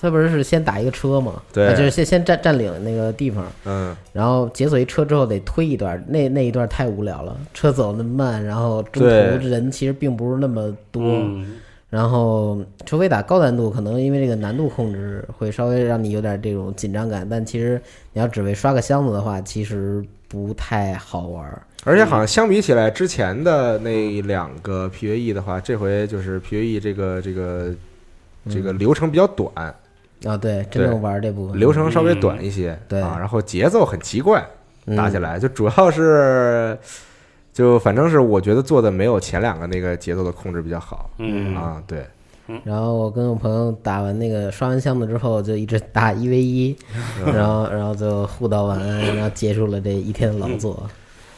H: 他不是是先打一个车嘛，
G: 对
H: 啊就是先先占占领那个地方，
G: 嗯，
H: 然后解锁一车之后得推一段，那那一段太无聊了，车走那么慢，然后中途
G: 对
H: 人其实并不是那么多，
J: 嗯，
H: 然后除非打高难度，可能因为这个难度控制会稍微让你有点这种紧张感，但其实你要只为刷个箱子的话，其实不太好玩儿。
G: 而且好像相比起来之前的那两个 PVE 的话，这回就是 PVE 这个这个
H: 嗯
G: 这个流程比较短，
H: 啊、对，真正玩这部分
J: 嗯
G: 流程稍微短一些，
H: 对
G: 啊，然后节奏很奇怪，
H: 嗯
G: 打起来，就主要是就反正是我觉得做的没有前两个那个节奏的控制比较好
J: 嗯
G: 啊，对，
H: 然后我跟我朋友打完那个刷完箱子之后，就一直打一 v 一，然后然后就互道晚安，然后结束了这一天的劳作。
J: 嗯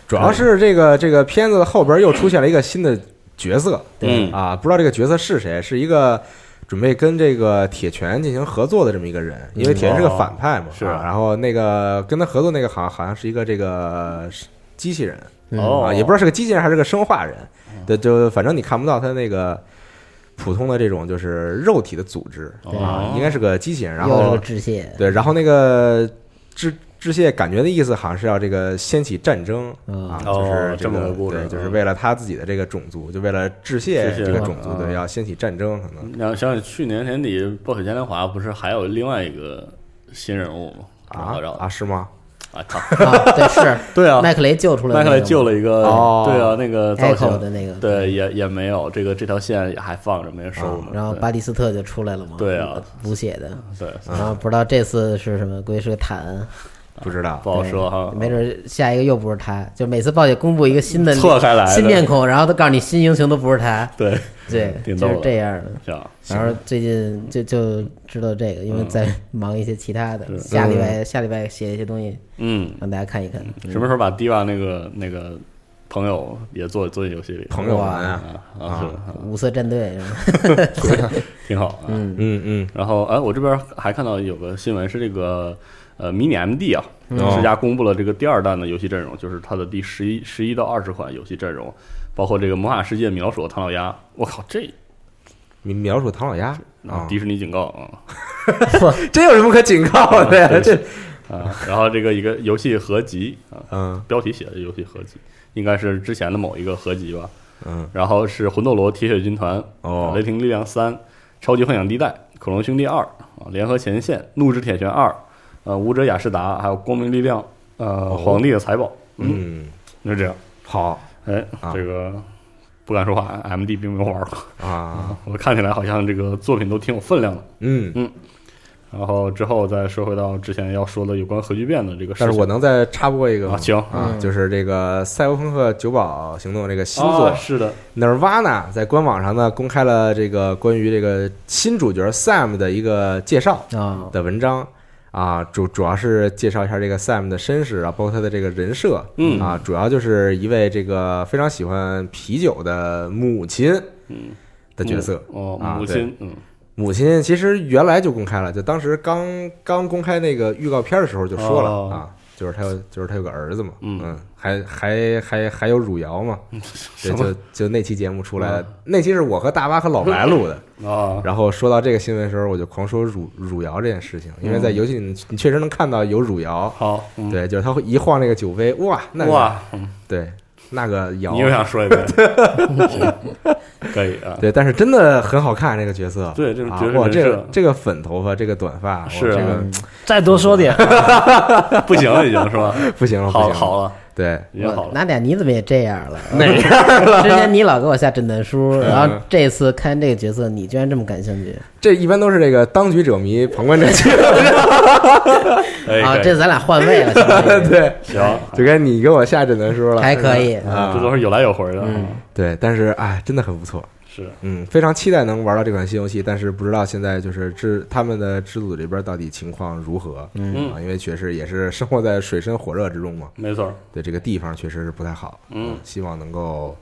G: 主要是这个这个片子后边又出现了一个新的角色，
J: 嗯
G: 啊，不知道这个角色是谁，是一个准备跟这个铁拳进行合作的这么一个人，因为铁拳是个反派嘛，
J: 嗯哦是
G: 啊然后那个跟他合作那个好像好像是一个这个机器人
J: 哦
G: 啊，，也不知道是个机器人还是个生化人，对，就反正你看不到他那个普通的这种就是肉体的组织啊
J: 哦，
G: 应该是个机器人，然
H: 又是
G: 后
H: 个致谢，
G: 对，然后那个致致谢感觉的意思好像是要这个掀起战争
H: 嗯
G: 啊，
J: 哦
G: 就是
J: 这么个
G: 个
J: 故事
G: 对，就是
J: 嗯
G: 为了他自己的这个种族，就为了致谢
J: 致谢
G: 这个种族，
J: 啊嗯
G: 对，要掀起战争可能
J: 然后想想去年年底《暴雪嘉年华》不是还有另外一个新人物吗？
G: 啊
J: 然后
G: 啊是吗？
J: 啊操！
H: 啊，对是
J: 对啊，
H: 麦克雷救出来，
J: 麦克雷救了一个，
G: 哦
J: 对啊，那个造
H: Echo 的
J: 型，
H: 那个，
J: 对，也也没有这个这条线也还放着没人收呢。
H: 啊然后
J: 对
H: 巴蒂斯特就出来了嘛，
J: 对啊，
H: 补血的。
J: 对
H: 然后不知道这次是什么，估计是个坦，
G: 不知道
J: 啊不好说哈，
H: 没准儿下一个又不是他。就每次暴雪公布一个新的
J: 错开来的嗯
H: 新面孔，然后他告诉你新英雄都不是他，
J: 对，
H: 对，
J: 挺
H: 就
J: 逗
H: 是
J: 的
H: 这样的。
J: 行，嗯
H: 然后最近就就知道这个，因为在忙一些其他的，
J: 是
H: 下礼拜下礼拜写一些东西
J: 嗯，
H: 让大家看一看。嗯
J: 什么时候把迪瓦那个那个朋友也做做进游戏里？
G: 朋友们
H: 哇
G: 啊，
J: 啊啊是啊
H: 五色战队是吧？
J: 挺好啊。
G: 嗯嗯，
J: 然后哎，我这边还看到有个新闻是这个呃迷你 MD 啊，
H: 嗯哦
J: 世嘉公布了这个第二弹的游戏阵容，就是它的第十一十一到二十款游戏阵容，包括这个魔法世界、米老鼠、唐老鸭。我靠，这
G: 你嗯描述唐老鸭啊，
J: 迪士尼警告啊！
G: 这有什么可警告的呀？这
J: 啊，然后这个一个游戏合集啊，
G: 嗯
J: 标题写的游戏合集，应该是之前的某一个合集吧。
G: 嗯，
J: 然后是魂斗罗、铁血军团、啊
G: 哦
J: 雷霆力量三、超级幻想地带、恐龙兄弟二啊、联合前线、怒之铁拳二、呃武者雅士达，还有光明力量、呃皇帝的财宝，
G: 哦嗯，
J: 就这样。
G: 好
J: 哎，
G: 啊
J: 这个不敢说话，M D 并没有玩过，
G: 啊，
J: 我看起来好像这个作品都挺有分量的。
G: 嗯，
J: 然后之后再说回到之前要说的有关核聚变的这个事情，
G: 但是我能再插播一个吗
J: 啊行
G: 啊，就是这个《赛博朋克九堡行动》这个新作
J: 啊、是的，
G: Nirvana 在官网上呢公开了这个关于这个新主角 Sam 的一个介绍
J: 哦
H: 啊，
G: 的文章啊，主主要是介绍一下这个 Sam 的身世啊，包括他的这个人设，
J: 嗯
G: 啊，主要就是一位这个非常喜欢啤酒的母亲，
J: 嗯
G: 的角色，
J: 母哦
G: 啊，
J: 母
G: 对
J: 亲，嗯，
G: 母亲其实原来就公开了，就当时刚刚公开那个预告片的时候就说了、
J: 哦
G: 啊，就是他有就是他有个儿子嘛，
J: 嗯
G: 还还还还有汝窑嘛，对，
J: 什么
G: 就就那期节目出来
J: 啊，
G: 那期是我和大巴和老白录的，
J: 啊，
G: 然后说到这个新闻的时候，我就狂说汝汝窑这件事情，因为在游戏里你你确实能看到有汝窑，
J: 好，嗯，
G: 对，就是他会一晃那个酒杯，哇，那个、
J: 哇，嗯
G: 对，那个窑
J: 你，又想说一遍， 可以啊，
G: 对，但是真的很好看这个角色，
J: 对这种
G: 啊
J: 角色
G: 哇，
J: 人
G: 这
J: 设
G: 个这个粉头发，这个短发，哇
J: 是啊
G: 这个。
H: 嗯
I: 再多说点，
J: 不行了，已经是吧？
G: 不行了，不行
J: 好
G: 了，
J: 好了，
G: 对，
J: 已经好了，
H: 娜俩你怎么也这样了？哪样 了？之前你老给我下诊断
J: 嗯
H: 书，然后这次看这个角色，你居然这么感兴趣
G: 这一般都是这个当局者迷，旁观者 清，
J: 哎，
H: 啊！
J: 可以
H: 这咱俩换位了， 相当于
G: 对，
J: 行，
G: 就该你给我下诊断书了，
H: 还可以
G: 啊
J: 这都是有来有回的，嗯
G: 对，但是哎，真的很不错，
J: 是
G: 嗯，非常期待能玩到这款新游戏，但是不知道现在就是制他们的制作这边到底情况如何，
J: 嗯
G: 啊，因为确实也是生活在水深火热之中嘛，
J: 没错儿，
G: 对这个地方确实是不太好，啊
J: 嗯
G: 希望能够，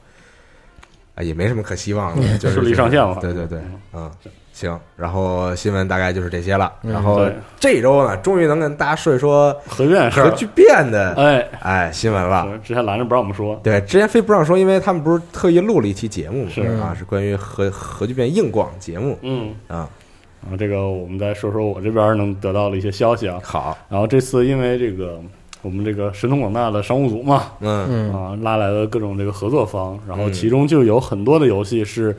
G: 哎，也没什么可希望 的，就是
J: 顺利上线了
G: 对对对
J: 嗯，
G: 嗯，行，然后新闻大概就是这些了，
H: 嗯
G: 然后
J: 对
G: 这周呢，终于能跟大家说一说。
J: 合院事
G: 核
J: 儿，
G: 聚变的
J: 哎，
G: 哎新闻了。
J: 是之前拦着不让我们说，
G: 对，之前非不让说，因为他们不是特意录了一期节目嘛，
J: 是
G: 啊，是关于核核聚变硬广节目
J: 嗯，
G: 啊。
J: 然后这个我们再说说我这边儿能得到的一些消息啊，
G: 好，
J: 然后这次因为这个我们这个神通广大的商务组嘛，
G: 嗯
J: 啊，拉来了各种这个合作方，然后其中就有很多的游戏是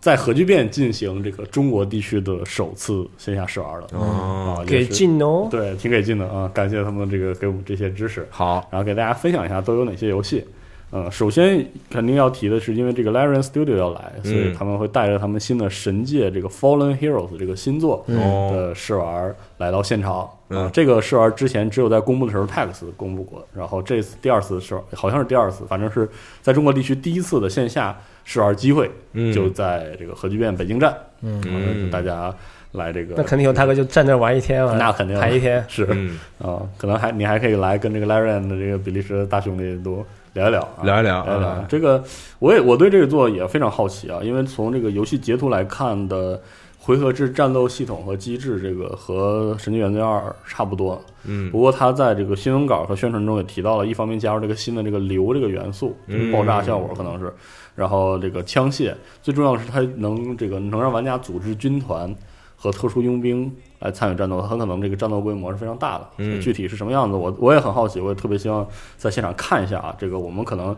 J: 在核聚变进行这个中国地区的首次线下试玩的，
G: 哦，
J: 啊，也
I: 给
J: 是，
I: 劲哦。
J: 对，挺给劲的啊，感谢他们这个给我们这些支持，
G: 好，
J: 然后给大家分享一下都有哪些游戏。呃，首先肯定要提的是，因为这个 Larian Studio 要来，所
G: 嗯
J: 以他们会带着他们新的《神界》这个 Fallen Heroes 这个新作的试玩儿来到现场。
G: 嗯
J: 啊这个试玩儿之前只有在公布的时候 PAX 公布过，然后这次第二次试玩好像是第二次，反正是在中国地区第一次的线下试玩机会，
G: 嗯
J: 就在这个核聚变北京站，
H: 嗯
J: 然后就大家来这个，
I: 那肯定有大哥就站那儿玩一天嘛，
J: 那肯定
I: 排一天，
J: 是
G: 嗯，
J: 啊，可能还你还可以来跟这个 Larian 的这个比利时的大兄弟多聊一聊啊，
G: 聊一聊
J: 聊一聊
G: 啊。
J: 这个我也我对这个作也非常好奇啊，因为从这个游戏截图来看的回合制战斗系统和机制，这个和《神经元罪二》差不多。
G: 嗯
J: 不过他在这个新闻稿和宣传中也提到了，一方面加入这个新的这个流这个元素，
G: 嗯
J: 就是爆炸效果可能是，然后这个枪械，最重要的是它能这个能让玩家组织军团和特殊佣兵来参与战斗，很可能这个战斗规模是非常大的。
G: 嗯
J: 具体是什么样子，我我也很好奇，我也特别希望在现场看一下啊。这个我们可能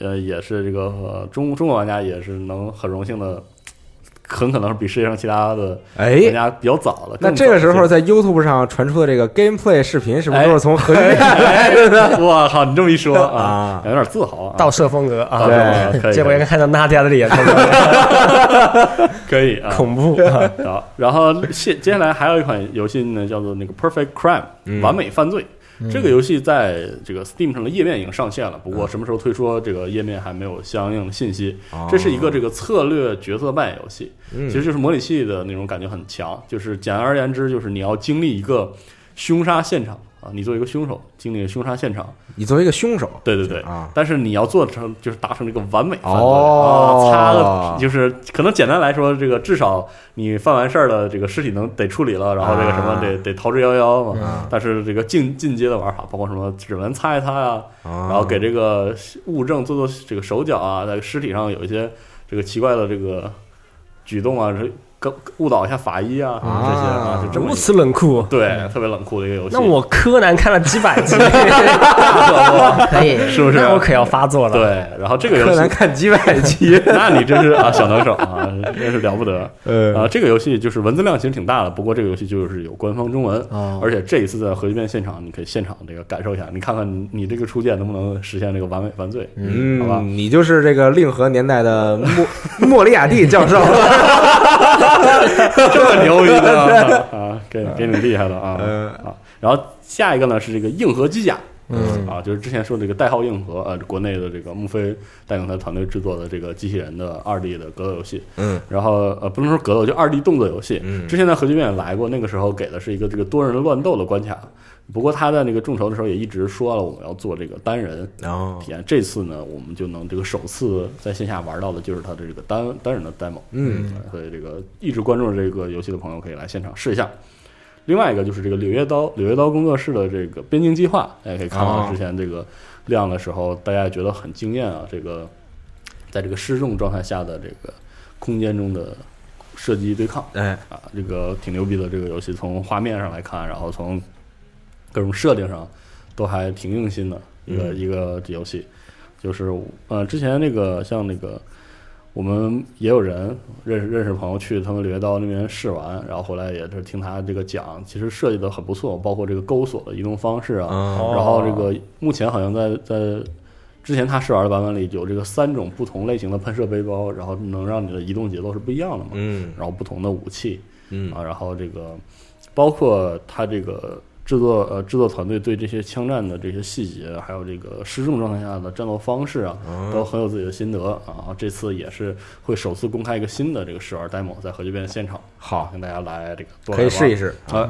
J: 呃也是这个、呃、中中国玩家也是能很荣幸的。很可能是比世界上其他的
G: 哎
J: 玩家比较早了。
G: 那
J: 更
G: 这个
J: 早
G: 时
J: 进
G: 候在 YouTube 上传出的这个 gameplay 视频，是不是都是从核聚变
J: 哎我靠，你这么一说
G: 啊
J: 啊，有点自豪啊。
I: 盗摄风格
J: 啊
I: 啊，
J: 对 可以
I: 结果应该看到娜迪亚的脸，
J: 可以啊，
I: 恐 怖啊！
J: 好。然后接接下来还有一款游戏呢，叫做那个 Perfect Crime 完美犯罪。这个游戏在这个 Steam 上的页面已经上线了，不过什么时候推出这个页面还没有相应的信息。这是一个这个策略角色扮演游戏，其实就是模拟器的那种感觉很强。就是简而言之，就是你要经历一个凶杀现场啊，你作为一个凶手经历凶杀现场，
G: 你作为一个凶手，
J: 对对对
G: 啊
J: 但是你要做成就是达成这个完美犯罪、
G: 哦
J: 啊，擦个就是可能简单来说，这个至少你犯完事儿了，这个尸体能得处理了，然后这个什么
G: 啊
J: 得、得逃之夭夭嘛。
I: 嗯
G: 啊
J: 但是这个进进阶的玩法，包括什么指纹擦一擦呀、
G: 然
I: 啊
J: 然后 给这个物证做做这个手脚啊，在尸体上有一些这个奇怪的这个举动啊，这个误导一下法医啊什么这些
G: 啊
J: 就这么
I: 如
J: 一
I: 此冷酷，
J: 对特别冷酷的一个游戏。
I: 那 我柯南看了几百集，
H: 可以，
J: 是不是？啊
I: 那我可要发作了。
J: 对，然后这个游
G: 柯
J: 戏
G: 南 看几百集，
J: 那你真是啊，小能手啊，真是了不得啊！
G: 呃，
J: 这个游戏就是文字量其实挺大的，不过这个游戏就是有官方中文，
H: 哦
J: 而且这一次在核聚变现场，你可以现场这个感受一下，你看看你你这个初见能不能实现这个完美犯罪，好吧？
G: 嗯，你就是这个令和年代的 莫莫里亚蒂教授，
J: 这么牛 逼的 啊，给你给你厉害了啊
G: 嗯
J: 啊！然后下一个呢是这个硬核机甲，
H: 嗯
J: 啊，就是之前说这个代号硬核，呃，国内的这个穆飞带领他团队制作的这个机器人的二 D 的格斗游戏，
G: 嗯，
J: 然后呃不能说格斗，就二 D 动作游戏，
G: 嗯
J: 之前在核聚变也来过，那个时候给的是一个这个多人乱斗的关卡，不过他在那个众筹的时候也一直说了我们要做这个单人
G: 然后
J: 体验，这次呢我们就能这个首次在线下玩到的就是他的这个单单人的 demo，
G: 嗯
J: 呃所以这个一直关注这个游戏的朋友可以来现场试一下。另外一个就是这个柳叶刀柳叶刀工作室的这个边境计划，大家可以看
G: 哦
J: 到之前这个亮的时候，大家也觉得很惊艳啊。这个在这个失重状态下的这个空间中的射击对抗
G: 哎，
J: 啊，这个挺牛逼的。这个游戏从画面上来看，然后从各种设定上都还挺用心的一个、
G: 嗯
J: 一个游戏。就是呃，之前那个像那个我们也有人认识认识朋友去他们柳叶刀那边试玩，然后回来也是听他这个讲，其实设计的很不错，包括这个钩索的移动方式啊，
G: 嗯
J: 然后这个目前好像在在之前他试玩的版本里有这个三种不同类型的喷射背包，然后能让你的移动节奏是不一样的嘛，
G: 嗯
J: 然后不同的武器，
G: 嗯
J: 啊，然后这个包括他这个制作呃制作团队对这些枪战的这些细节，还有这个失重状态下的战斗方式啊，
G: 嗯
J: 都很有自己的心得啊。然后这次也是会首次公开一个新的这个试玩 demo，在核聚变现场，啊
G: 好，
J: 跟大家来这个多
G: 可以
J: 来玩
G: 试嗯一试，
J: 啊。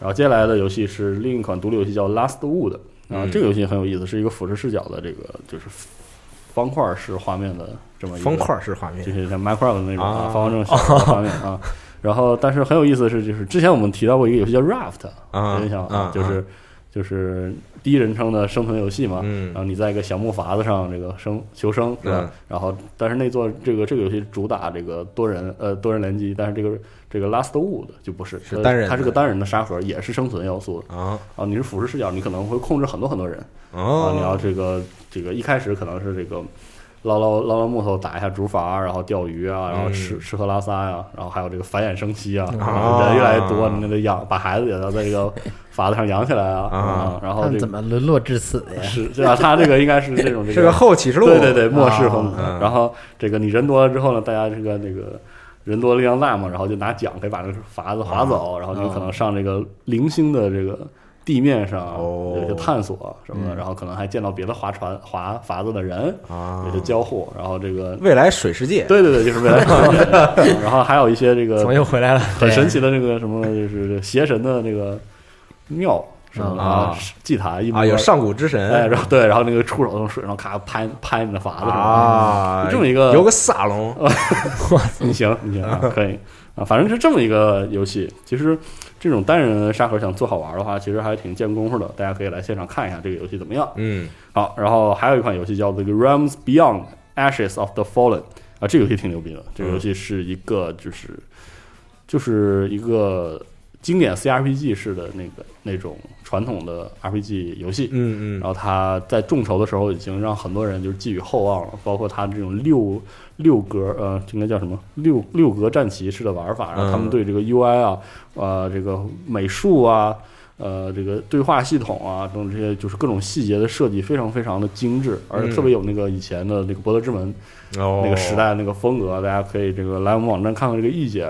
J: 然后接下来的游戏是另一款独立游戏叫《Last Wood》啊，
G: 嗯
J: 这个游戏很有意思，是一个俯视视角的这个就是方块式画面的这么一个
G: 方块式画面
J: 就，是像 Minecraft 那种
G: 啊
J: 啊，方方正正的画面 啊。然后，但是很有意思的是，就是之前我们提到过一个游戏叫 Raft，
G: 啊
J: 有印象
G: 啊
J: 吗就是啊就是第一人称的生存游戏嘛。
G: 嗯
J: 然后你在一个小木筏子上这个生求生，对
G: 嗯
J: 吧？然后，但是那座这个这个游戏主打这个多人呃多人联机，但是这个这个 Last Wood 就不是
G: 是
J: 它
G: 单人
J: 它是
G: 的
J: 个单人的沙盒，也是生存要素的。
G: 啊
J: 啊，你是俯视
G: 嗯
J: 视角，你可能会控制很多很多人。啊，你要
G: 哦，
J: 这个这个一开始可能是这个捞捞捞捞木头打一下竹筏，然后钓鱼啊，然后吃、吃喝拉撒呀、然后还有这个繁衍生息啊，
G: 嗯啊
J: 人越来越多，你得养把孩子也要在这个筏子上养起来啊，
G: 啊
J: 嗯然
H: 他
J: 后
H: 们
J: 这
H: 怎
J: 个
H: 么沦落至此的呀？
J: 是对吧？他这个应该是这种这
G: 是个后启示录，
J: 对对对，末世风格。
G: 啊
J: 然后这个你人多了之后呢，大家这个那个人多力量大嘛，然后就拿桨可以把这个筏子划走，然后你可能上这个零星的这个地面上
G: 哦
J: 有些探索什么的，然后可能还见到别的划船划筏子的人，
G: 啊
J: 有，些交互，然后这个。
G: 未来水世界，
J: 对对对，就是未来世界。 然后还有一些这个
I: 怎么又回来了？
J: 很神奇的这个什么，就是邪神的那个庙什么的
G: 啊
J: 祭坛一
G: 啊，
J: 摸
G: 有上古之
J: 哎，
G: 神
J: 然后对，然后那个触手从水上咔拍拍你的筏子上
G: 啊，
J: 这么一个
G: 有个萨隆，
J: 你行，你行，啊可以啊，反正是这么一个游戏。其实这种单人沙盒想做好玩的话，其实还挺见功夫的。大家可以来现场看一下这个游戏怎么样。
G: 嗯
J: 好，然后还有一款游戏叫《做《Realms Beyond Ashes of the Fallen》啊，这个游戏挺牛逼的。这个游戏是一个就是就是一个经典 CRPG 式的那个那种传统的 RPG 游戏。
G: 嗯
J: 然后他在众筹的时候已经让很多人就是寄予厚望了，包括他这种六六格呃，应该叫什么六六格战棋式的玩
G: 嗯
J: 法，然后他们对这个 UI 啊，呃，这个美术啊，呃，这个对话系统啊等等这些就是各种细节的设计非常非常的精致，而且特别有那个以前的那个《博德之门》
G: 嗯，哦
J: 那个时，代那个风格，大家可以这个来我们网站看看这个易姐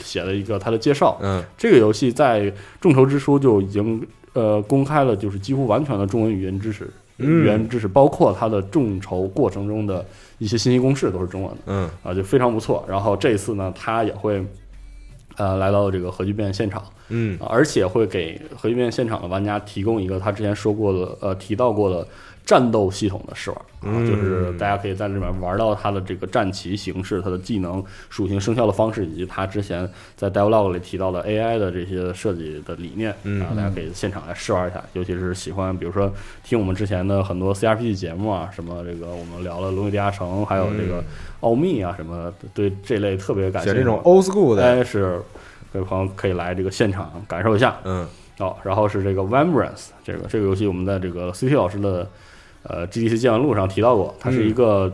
J: 写的一个她的介绍，
G: 嗯
J: 这个游戏在众筹之初就已经呃公开了，就是几乎完全的中文语言支持，
G: 嗯
J: 语言支持包括它的众筹过程中的一些信息公式都是中文的
G: 嗯
J: 啊，就非常不错。然后这一次呢，他也会呃来到这个核聚变现场，
G: 嗯
J: 啊而且会给核聚变现场的玩家提供一个他之前说过的呃提到过的战斗系统的试玩啊，
G: 嗯
J: 就是大家可以在里面玩到他的这个战旗形式、他的技能属性生效的方式，以及他之前在 Devlog 里提到的 AI 的这些设计的理念
G: 嗯
J: 啊，大家可以现场来试玩一下，尤其是喜欢比如说听我们之前的很多 CRPG 节目啊，什么这个我们聊了《龙与地下城》，还有这个奥秘啊什么的，对这类特别感
G: 写
J: 兴
G: 嗯
J: 趣
G: 这种
J: 的。
G: old school 的，
J: 哎，是各位朋友可以来这个现场感受一下
G: 嗯
J: 哦。然后是这个 Vambrance 这个这个游戏，我们在这个 CT 老师的呃 GDC 见闻录上提到过，它
G: 嗯
J: 是一个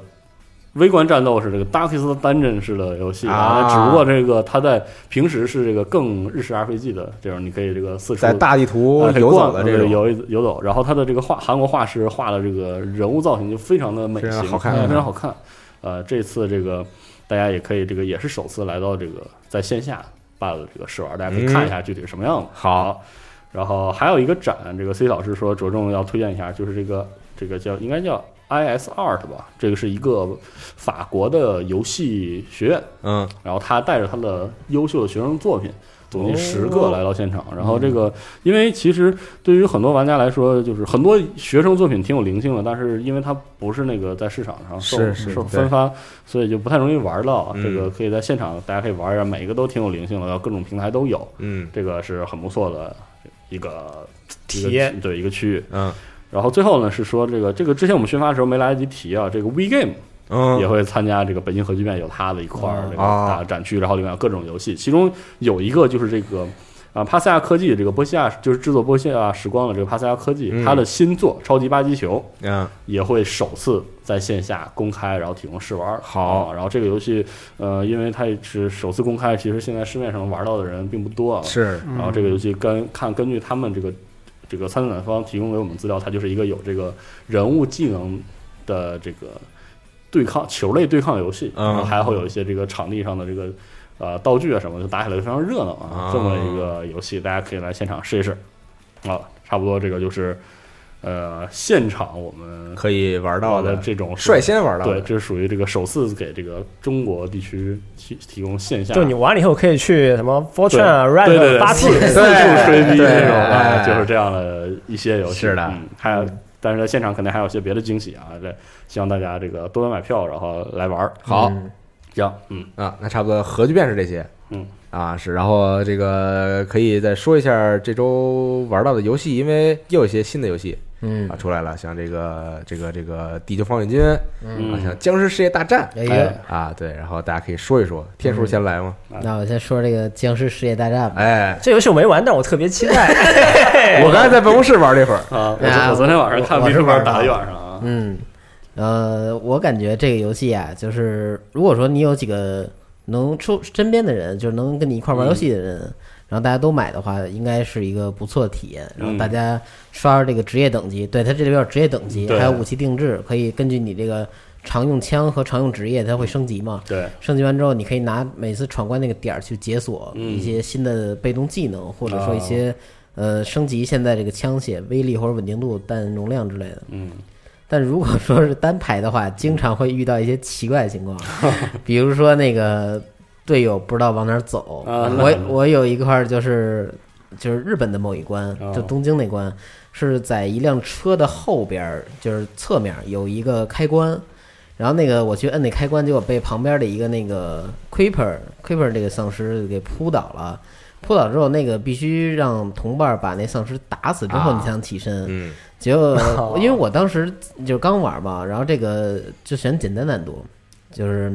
J: 微观战斗式这个 Darkest Dungeon 式的游戏
G: 啊
J: 只不过这个它在平时是这个更日式 RPG 的这种，你可以这个四处
G: 在大地图
J: 啊可以
G: 游走
J: 逛
G: 哦的
J: 呃
G: 这种，
J: 游游走，然后它的这个画韩国画师画的这个人物造型就非常的美
G: 非常
J: 型，
G: 好看啊
J: 嗯非常好看。呃，这次这个大家也可以这个也是首次来到这个在线下办的这个试玩，大家可以看一
G: 嗯
J: 下具体是什么样子。好，然后还有一个展，这个 C 老师说着重要推荐一下，就是这个这个叫应该叫 IS Art 吧，这个是一个法国的游戏学院，
G: 嗯
J: 然后他带着他的优秀的学生作品，总计十
G: 哦
J: 个来到现场。然后这个，因为其实对于很多玩家来说，就是很多学生作品挺有灵性的，但是因为它不是那个在市场上受
G: 是是
J: 受
G: 对
J: 分发，所以就不太容易玩到。啊
G: 嗯
J: 这个可以在现场大家可以玩一下，每一个都挺有灵性的，然后各种平台都有，
G: 嗯
J: 这个是很不错的一个一个
I: 体验
J: 对一个区域。
G: 嗯
J: 然后最后呢是说这个这个之前我们宣发的时候没来得及提啊，这个 We Game 也
G: 嗯
J: 会参加这个北京核聚变有它的一块儿这个
G: 啊
J: 大展区，然后里面有各种游戏，其中有一个就是这个啊帕西亚科技这个波西亚就是制作波西亚时光的这个帕西亚科技，
G: 嗯
J: 它的新作《超级巴基球》
G: 嗯
J: 也会首次在线下公开，然后提供试玩。
G: 好
J: 啊然后这个游戏呃，因为它也是首次公开，其实现在市面上玩到的人并不多啊。
G: 是
J: 然后这个游戏跟看根据他们这个这个参展方提供给我们资料，它就是一个有这个人物技能的这个对抗球类对抗游戏，
G: 嗯
J: 然后还会有一些这个场地上的这个呃道具啊什么的，就打起来非常热闹啊，
G: 啊
J: 这么一个游戏，大家可以来现场试一试啊。差不多这个就是呃现场我们
G: 可以玩到
J: 的
G: 的，
J: 这种
G: 率先玩到
J: 对，
G: 的，
J: 这是属于这个首次给这个中国地区提提供线下
I: 就你玩了以后可以去什么 f o r t u
J: 对
I: n e
J: 对
I: Red
J: 对对
I: 八 T，
J: 四处吹逼
G: 对
J: 那种啊，
G: 哎
J: 就是这样的一些游戏。
G: 是的
J: 嗯，还有，但是在现场肯定还有些别的惊喜啊，这希望大家这个多多买票，然后来玩儿。
G: 好
J: 行，嗯，
G: 啊，那差不多核聚变是这些，
J: 嗯
G: 啊是，然后这个可以再说一下这周玩到的游戏，因为又有一些新的游戏
H: 嗯
G: 啊，出来了，像这个这个这个地球防卫军啊，像
J: 嗯，
G: 僵尸世界大战
H: 哎呀，嗯
G: 啊，对，然后大家可以说一说，天叔先来嘛，
H: 那我先说这个僵尸世界大战吧。
G: 哎，
I: 这游戏我没玩，但我特别期 待。
J: 哎
G: 我刚才在办公室玩了一会儿，
J: 啊，我
H: 哎呀
J: 昨我昨天晚上看
H: 我我
J: 别
H: 是
J: 人玩
H: 玩
J: 打
H: 到
J: 到
H: 了
J: 一晚上啊，
H: 嗯，呃，我感觉这个游戏啊，就是如果说你有几个能出身边的人，就是能跟你一块玩游戏的人，
J: 嗯
H: 然后大家都买的话，应该是一个不错的体验。然后大
J: 嗯
H: 家刷这个职业等级，对它这里边有职业等级，
J: 对
H: 还有武器定制，可以根据你这个常用枪和常用职业，它会升级嘛。
J: 对，
H: 升级完之后，你可以拿每次闯关那个点儿去解锁
J: 嗯
H: 一些新的被动技能，或者说
J: 哦
H: 一些、呃升级现在这个枪械威力或者稳定度、弹容量之类的。
J: 嗯，
H: 但如果说是单排的话，经常会遇到一些奇怪的情 况，比如说那个队友不知道往哪儿走。
J: 啊那
H: 我
J: 很
H: 我有一块儿就是就是日本的某一关，
J: 哦
H: 就东京那关，是在一辆车的后边儿，就是侧面儿有一个开关。然后那个我去摁那开关，结果被旁边的一个那个 creeper creeper 这个丧尸给扑倒了。扑倒之后，那个必须让同伴把那丧尸打死之后，
J: 啊
H: 你才能起身。
G: 嗯，
H: 结果因为我当时就是刚玩嘛，然后这个就选简单难度，就是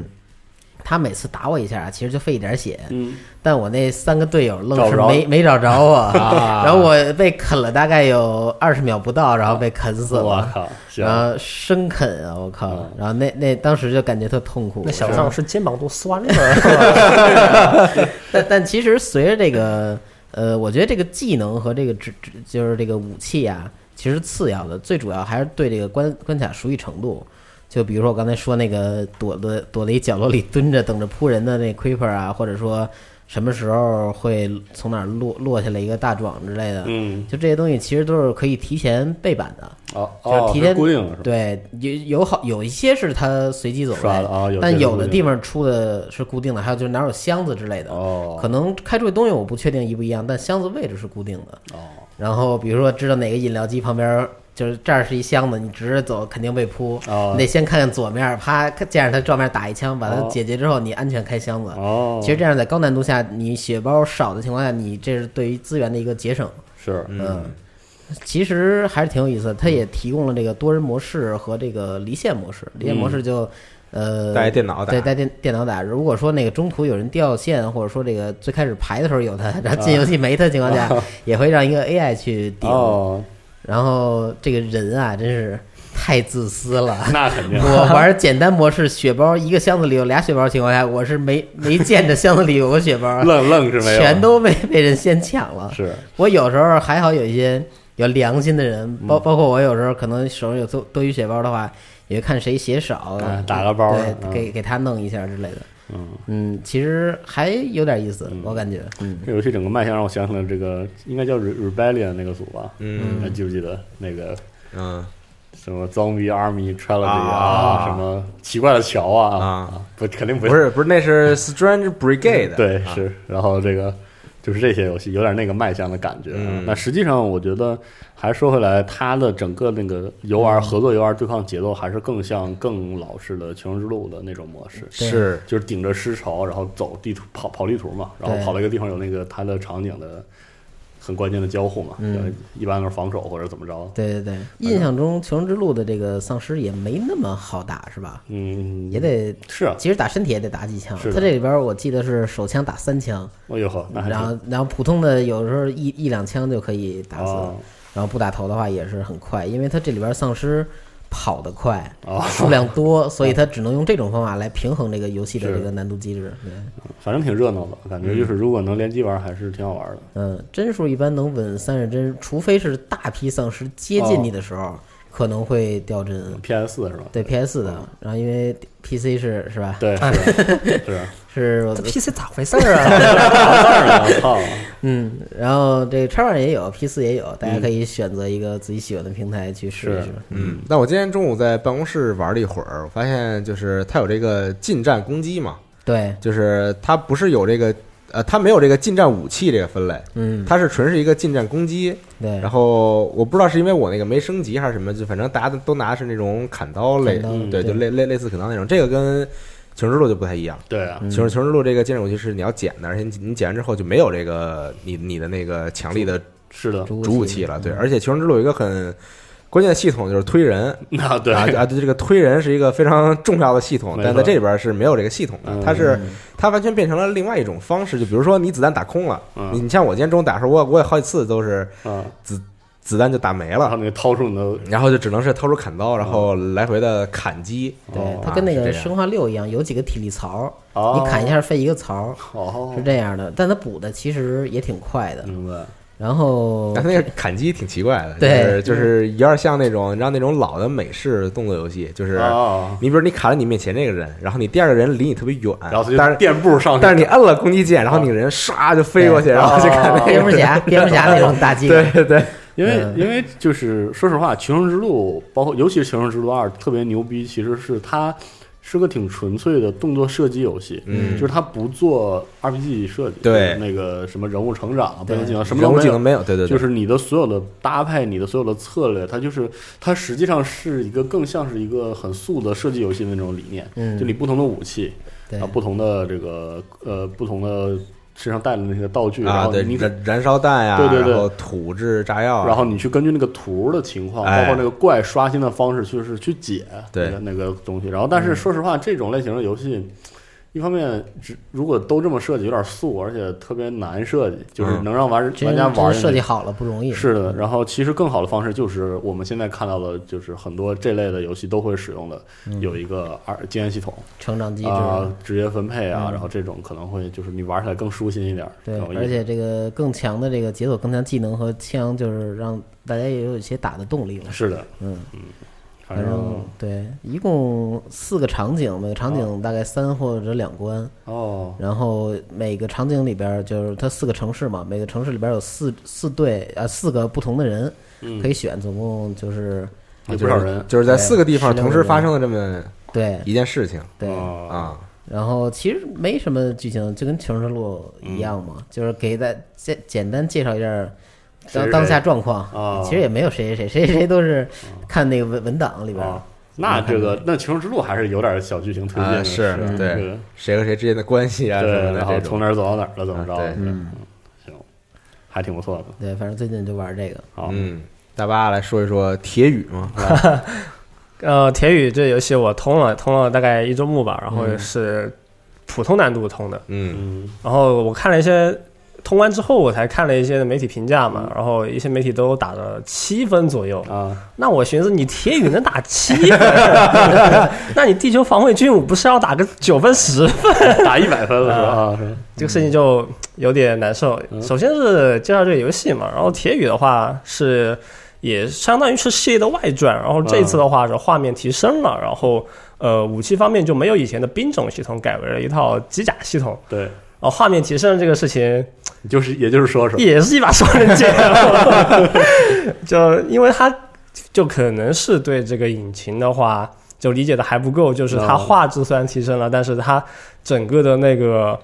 H: 他每次打我一下，其实就费一点血，
J: 嗯，
H: 但我那三个队友愣
J: 找
H: 是
J: 不着啊
H: 没没找着 我，然后我被啃了大概有二十秒不到，然后被啃死
J: 我
H: 了。
J: 靠，行
H: 然，后生啃啊，我靠
J: 嗯！
H: 然后那那当时就感觉特痛苦。
I: 那小
H: 是
J: 啊
I: 丧尸肩膀都酸了，
H: 但但其实随着这个，呃，我觉得这个技能和这个指指就是这个武器啊，其实次要的，最主要还是对这个关关卡熟悉程度。就比如说我刚才说那个躲的躲在一角落里蹲着等着扑人的那 creeper 啊，或者说什么时候会从哪儿落落下来一个大壮之类的，
J: 嗯，
H: 就这些东西其实都是可以提前背板的。
J: 哦
H: 就
J: 哦，
H: 是提前
J: 是固定的是吧？
H: 对，有有好有一些是它随机走
J: 刷的啊有些
H: 但
J: 是
H: 有
J: 固
H: 的
J: 定
H: 地
J: 的
H: 方出的是固定的，还有就是哪有箱子之类的，
J: 哦
H: 可能开出的东西我不确定一不一样，但箱子位置是固定的。
J: 哦，
H: 然后比如说知道哪个饮料机旁边。就是这儿是一箱子，你直着走肯定被扑，
J: 哦
H: 你得先看看左面，啪，见着他照面打一枪，把它
J: 哦
H: 解决之后，你安全开箱子。
J: 哦
H: 其实这样在高难度下，你血包少的情况下，你这是对于资源的一个节省。
J: 是，
H: 嗯，其实还是挺有意思的。它也提供了这个多人模式和这个离线模式。离线模式
J: 嗯
H: 就，呃，
G: 带电脑打
H: 对，带电电脑打。如果说那个中途有人掉线，或者说这个最开始排的时候有它，然后进游戏没它的情况下， 也会让一个 AI 去顶。
J: 啊哦，
H: 然后这个人啊，真是太自私了。
J: 那肯定，
H: 我玩简单模式，血包一个箱子里有俩血包的情况下，我是没没见着箱子里有个血包 啊，
J: 愣愣是没有，
H: 全都被被人先抢了。
J: 是，
H: 我有时候还好有一些有良心的人，包
J: 嗯
H: 包括我有时候可能手上有多多余血包的话，也看谁血少
J: 啊，打个包
H: 对，
J: 嗯
H: 给给他弄一下之类的。
J: 嗯。
H: 嗯，其实还有点意思，我感觉。嗯，
J: 这游戏整个卖相让我想起了这个，应该叫 Re- Rebellion 那个组吧？
G: 嗯，
J: 还记不记得那个
G: 嗯，
J: 什么 Zombie Army Trilogy
G: 啊
J: 啊，什么奇怪的桥啊？
G: 啊，
J: 不，肯定不
G: 不是不是，那是 Strange Brigade，
J: 嗯对，
G: 啊
J: 是。然后这个就是这些游戏有点那个卖相的感觉。啊
G: 嗯
J: 那实际上，我觉得还说回来，它的整个那个游
G: 嗯
J: 玩、合作游玩对抗节奏，还是更像更老式的《求生之路》的那种模式。
H: 对
G: 是嗯
J: 就是顶着尸潮，然后走地图跑跑地图嘛，然后
H: 对
J: 跑到一个地方有那个它的场景的很关键的交互嘛，
H: 嗯
J: 一般都是防守或者怎么着。
H: 对对
J: 哎
H: 对，印象中《求生之路》的这个丧尸也没那么好打，是吧？
J: 嗯，
H: 也得，
J: 是啊，
H: 其实打身体也得打几枪。
J: 是的
H: 他这里边我记得是手枪打三枪，
J: 哎呦呵，那还
H: 然
J: 挺
H: 后然后普通的有时候一一两枪就可以打死。
J: 哦
H: 然后不打头的话也是很快，因为它这里边丧尸跑得快，
J: 哦
H: 数量多，所以它只能用这种方法来平衡这个游戏的
J: 嗯是
H: 这个难度机制。对
J: 反正挺热闹的，感觉就是如果能联机玩，还是挺好玩的。
H: 嗯，帧数一般能稳三十帧，除非是大批丧尸接近
G: 哦
H: 你的时候，可能会掉帧。
J: PS 4是吧？
H: 嗯对 PS
G: 哦
H: 的，然后因为 PC 是是吧？，
J: 对，是是啊，
H: 是我
I: 这 PC 咋回事儿啊？
J: 当然操，
H: 嗯，然后这个叉 o 也有，P 四也有，大家可以选择一个自己喜欢的平台去试一试
J: 是。
G: 嗯，但我今天中午在办公室玩了一会儿，我发现就是它有这个近战攻击嘛，
H: 对，
G: 就是它不是有这个呃，它没有这个近战武器这个分类，
H: 嗯，
G: 它是纯是一个近战攻击。
H: 对
G: 然，后我不知道是因为我那个没升级还是什么，就反正大家都拿的是那种砍刀类，
H: 砍刀
G: 嗯
H: 对
G: 对，就类类类似砍刀那种。这个跟《求生之路》就不太一样，
J: 对啊，
H: 嗯
G: 《求生求生之路》这个近战武器是你要捡的，而且你你捡完之后就没有这个你你的那个强力的
J: 是
H: 嗯
J: 的，
G: 主武器了。对，而且《求生之路》有一个很关键的系统就是推人，
J: 那对
G: 啊啊，对，这个推人是一个非常重要的系统，
J: 没错
G: 但在这里边是没有这个系统的
J: 嗯，
G: 它是它完全变成了另外一种方式。就比如说你子弹打空了，
J: 嗯
G: 你你像我今天中午打的时候，我我有好几次都是
J: 啊，
G: 子子弹就打没
J: 然
G: 了，
J: 后你掏出你的
G: 然后就只能是掏出砍刀，然后
J: 嗯
G: 来回的砍击。
H: 对，它
G: 啊
H: 跟那
G: 是
H: 个
G: 这样
H: 生化六一样，有几个体力槽，
J: 哦
H: 你砍一下废一个槽，
J: 哦
H: 是，这样的。但它补的其实也挺快的。
J: 明白，
H: 然
G: 嗯
H: 后
G: 但他那个砍击挺奇怪的，
H: 对嗯
G: 就是就是有点像那种，你知道那种老的美式动作游戏，就是
H: 啊
J: 哦
G: 你比如你砍了你面前这个人，然后你第二个人离你特别远，
J: 然后他
G: 但
J: 就是垫步上去，哦
G: 但是你摁了攻击键，然后你人唰就飞过去，
H: 对
G: 然后就砍那个
H: 哦蝙蝠侠，蝙蝠侠那种 大技，
G: 对对对，
J: 因为
H: 嗯
J: 因为就是说实话，《求生之路》包括尤其是《求生之路二》特别牛逼，其实是它是个挺纯粹的动作射击游戏，
G: 嗯
J: 就是它不做 RPG 设计，
G: 对
J: 那个什么人物成长、啊背景技能什么
G: 人
J: 都
G: 物
J: 没
G: 技能
J: 有。
G: 没有，对对
J: 就
G: 对，
J: 是你的所有的搭配，你的所有的策略，它就是它实际上是一个更像是一个很素的射击游戏的那种理念。
H: 嗯
J: 就你不同的武器，
H: 对
J: 啊，不同的这个呃，不同的身上带的那些道具，然
G: 啊，
J: 后
G: 对
J: 你
G: 燃燃烧弹呀，
J: 对对对
G: 然后土制炸药啊，
J: 然后你去根据那个图的情况，
G: 哎
J: 包括那个怪刷新的方式，就是去解
G: 对嗯
J: 那个那个东西。然后，但是说实话，这种类型的游戏，一方面只如果都这么设计，有点素，而且特别难设计，就是
G: 嗯
J: 能让玩
H: 真
J: 玩家玩
H: 真设计
J: 好。
H: 好了不容易。
J: 是的，然后其实更好的方式就是我们现在看到的，就是很多这类的游戏都会使用的，
G: 嗯
J: 有一个二经验系统
H: 成长机制，
J: 啊、职业分配啊，
H: 嗯
J: 然后这种可能会就是你玩起来更舒心一点，
H: 对
J: 更有，意
H: 而
J: 思
H: 且这个更强的这个解锁更强技能和枪，就是让大家也有一些打的动力了。
J: 是的，
H: 嗯
J: 嗯，反
H: 反
J: 正
H: 正对，一共四个场景，每个场景大概三或者两关，
J: 哦，
H: 然后每个场景里边儿就是它四个城市嘛，每个城市里边儿有四四队啊、呃四个不同的人可以选，总共就是
J: 嗯有不少人
G: 就是在
H: 对
G: 四个地方
H: 16
G: 同时发生了这么
H: 对
G: 一件事情
H: 对，
J: 啊
G: 啊，
H: 然后其实没什么剧情，就跟《求生之路》一样嘛，就是给大简简单介绍一下
J: 谁
H: 当
J: 谁
H: 当下状况。
J: 啊
H: 其实也没有谁谁谁谁谁都是看那个文文档里边。
J: 啊，那这个那《求生之路》还是有点小剧情推进
G: 啊
J: 的，
G: 是
J: 吧
G: 对
J: 这个
G: 谁和谁之间的关系啊什
J: 对，
G: 么的
J: 然后
G: 这
J: 从
G: 种，
J: 哪儿走到哪儿了，怎么
G: 啊
J: 着
G: 对
J: 的？嗯，行，还挺不错啊的。
H: 对，反正最近就玩这个。
J: 好，
G: 嗯，大巴来说一说铁雨嘛，
I: 呃，铁雨这游戏我通了，通了大概一周目吧，然后是普通难度通的。
G: 嗯
J: 嗯，
I: 然后我看了一些通关之后，我才看了一些媒体评价嘛，然后一些媒体都打了七分左右。
J: 啊，
I: 那我寻思你铁雨能打七分，那你地球防卫军武不是要打个九分十分？
J: 打一百分了是吧啊？是吧
I: 这个事情就有点难受。
J: 嗯
I: 首先是介绍这个游戏嘛，然后铁雨的话是也相当于是系列的外传，然后这一次的话是画面提升了，然后呃武器方面就没有以前的兵种系统，改为了一套机甲系统。
J: 对，
I: 然后画面提升这个事情
J: 就是也就是说说，
I: 也是一把双刃 剑， 就因为它就可能是对这个引擎的话，就理解的还不够，就是它
J: 嗯
I: 画质虽然提升了，但是它整个的那个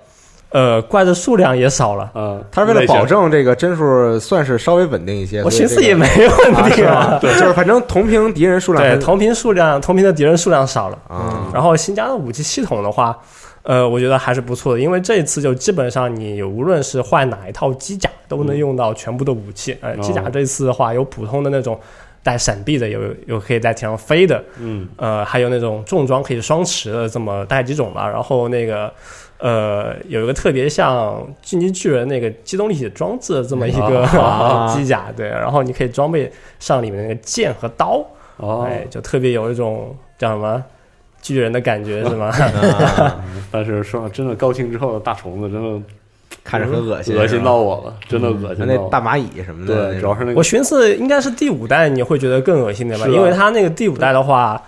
I: 呃怪的数量也少了。
J: 嗯，
G: 他是为了保
J: 类型
G: 证这个帧数算是稍微稳定一些，
I: 我
G: 所以
I: 寻
G: 这
I: 思
G: 个
I: 也没问
G: 啊
I: 题
G: 是 吧？对，就是反正同屏敌人数量
I: 对，
G: 很
I: 同屏数量，同屏的敌人数量少了。
G: 啊，
I: 然后新加的武器系统的话，呃，我觉得还是不错的，因为这一次就基本上你无论是换哪一套机甲，都
G: 嗯
I: 能用到全部的武器。呃，
J: 哦
I: 机甲这次的话，有普通的那种带闪避的，有有可以在天上飞的，
J: 嗯，
I: 呃，还有那种重装可以双持的这么大概几种吧。然后那个。呃，有一个特别像进击巨人那个机动力的装置的这么一个、
G: 啊
I: 机甲，对，然后你可以装备上里面那个剑和刀，
J: 哦，
I: 哎，就特别有一种叫什么巨人的感觉，是吗？
J: 但是说真的，高清之后的大虫子真的
G: 看着很恶心，
J: 嗯恶心到我了，真的恶
G: 是吧
J: 心
G: 嗯那
J: 到我
G: 大
J: 了。
G: 蚂蚁什么的，
J: 对，主要是那
I: 我
J: 个
I: 寻思应该是第五代你会觉得更恶心点吧，
J: 是啊
I: 因为他那个第五代的话，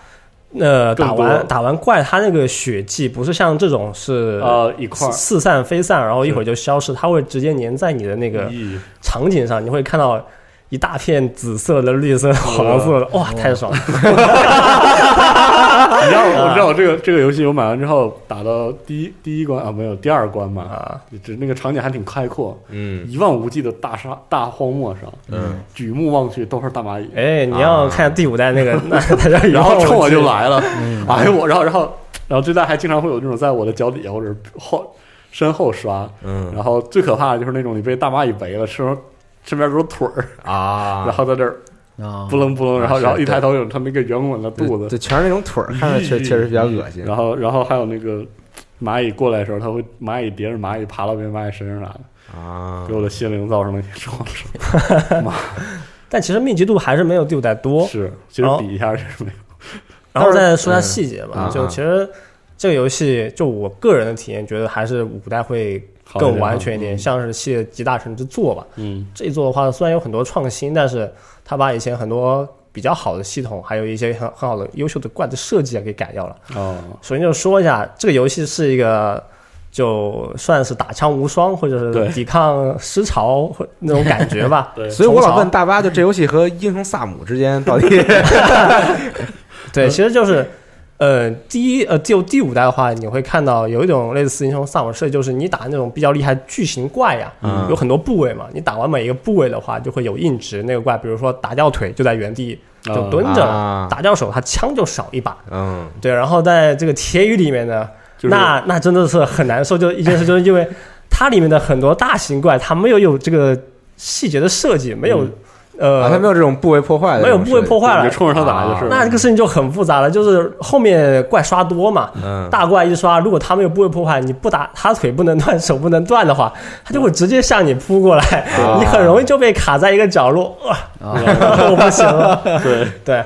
I: 呃，
J: 更
I: 打
J: 多
I: 完打完怪，他那个血迹不是像这种是
J: 呃一块儿
I: 四散飞散，然后一会儿就消失，它会直接粘在你的那个
J: 咦
I: 场景上，你会看到。一大片紫色的、绿色的、黄色的，哇，太爽了！
J: 你知道
G: 啊
J: 我，我知道我这个这个游戏我买完之后打到第一第一关啊，没有第二关嘛
I: 啊，
J: 只那个场景还挺开阔，
G: 嗯
J: 一望无际的大沙大荒漠上，
G: 嗯，
J: 举目望去都是大蚂蚁，
I: 哎，你要看第五代那个，那大家以
J: 啊然后
I: 后
J: 冲我
I: 记
J: 就
I: 得
J: 来了，
G: 嗯
J: 哎呦我，然后然后然后这代还经常会有那种在我的脚底下或者后身后刷，
G: 嗯
J: 然后最可怕的就是那种你被大蚂蚁围了，身上身边都是腿儿，
G: 啊，
J: 然后在这儿
H: 啊、
J: 扑棱扑棱，然后
G: 是
J: 然后一
G: 对
J: 抬头有他那个圆滚的肚
G: 对
J: 子，
G: 对，全是那种腿儿，看着确确实比较恶心。
J: 然后然后还有那个蚂蚁过来的时候，它会蚂蚁叠着蚂蚁爬到别人蚂蚁身上来，
G: 啊
J: 给，我的心灵造成了一些创伤。妈，
I: 但其实密集度还是没有第五代多。
J: 是，其实
I: 然后
J: 比一下是没有。
I: 然后再说一下细节
G: 嗯啊
I: 吧，就其实这个游戏，就我个人的体验，觉得还是五代会
J: 好一点
I: 更
J: 啊
I: 完全一点，像是系列集大成之作吧。
J: 嗯，
I: 这一作的话，虽然有很多创新，但是它把以前很多比较好的系统，还有一些很很好的优秀的怪的设计啊给改掉了。
J: 哦，
I: 首先就说一下，这个游戏是一个就算是打枪无双，或者
J: 对。
I: 是抵抗思潮或那种感觉吧
J: 对
G: 所以我老问
I: 大，
G: 大巴，就这游戏和英雄萨姆之间 到底
I: 对，其实就是。呃，第一呃，就第五代的话，你会看到有一种类似英雄萨满设计，就是你打那种比较厉害的巨型怪呀，
G: 嗯
I: 有很多部位嘛，你打完每一个部位的话，就会有硬值那个怪，比如说打掉腿就在原地就
J: 啊
I: 蹲着，
G: 啊
I: 打掉手他枪就少一把，
G: 嗯
I: 对，然后在这个铁雨里面呢，
J: 就是
I: 那那真的是很难受。就一件事，就是因为它里面的很多大型怪，它没有有这个细节的设计，没有、呃，
G: 啊，他没有这种部位破坏的
I: 没
G: 这
I: 有
G: 种设
I: 部
G: 计，
I: 位破坏了
J: 你就。冲着他打就是了。
I: 那这个事情就很复杂了，就是后面怪刷多嘛，
G: 嗯，
I: 大怪一刷，如果他没有部位破坏，你不打他腿不能断， 手不能断的话，他就会直接向你扑过来，
G: 啊
I: 你很容易就被卡在一个角落， 哇我不行了。
J: 啊对
I: 对，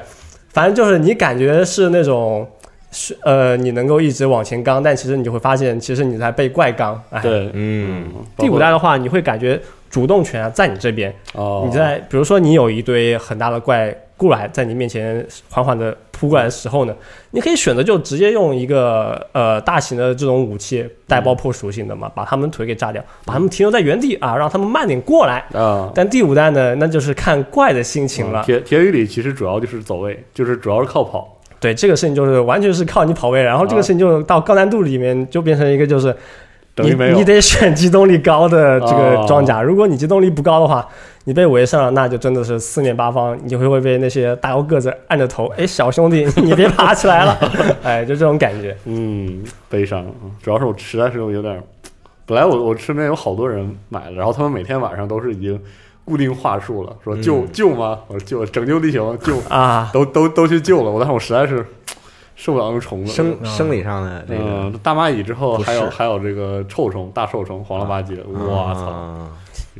I: 反正就是你感觉是那种是呃，你能够一直往前刚，但其实你就会发现，其实你在被怪刚。哎，
J: 对，
G: 嗯，
I: 第五代的话，你会感觉主动权啊在你这边，
J: 哦，
I: 你在比如说你有一堆很大的怪过来，在你面前缓缓的扑过来的时候呢，你可以选择就直接用一个呃大型的这种武器
J: 嗯
I: 带爆破属性的嘛，把他们腿给炸掉，把他们停留在原地啊，让他们慢点过来。
J: 啊，
I: 但第五代呢，那就是看怪的心情了。
J: 铁铁雨里其实主要就是走位，就是主要是靠跑。
I: 对，这个事情就是完全是靠你跑位，然
J: 啊
I: 后这个事情就到高难度里面就变成一个就是
J: 等
I: 你
J: 于没有哦
I: 你得选机动力高的这个装甲，如果你机动力不高的话，你被围上了，那就真的是四面八方，你会会被那些大高个子按着头，哎，小兄弟，你别爬起来 了，哎，就这种感觉。
J: 嗯，悲伤，主要是我实在是有点，本来我我身边有好多人买了，然后他们每天晚上都是已经固定话术了，说救、救吗？我说救，拯救地球，救，
I: 啊，
J: 都都都去救了。我但是我实在是受不了那个
I: 嗯
J: 虫子。
G: 生生理上的这个，啊
J: 嗯，大蚂蚁之后
G: 不适
J: 还有还有这个臭虫、大臭虫、黄了吧唧的，我操！
G: 啊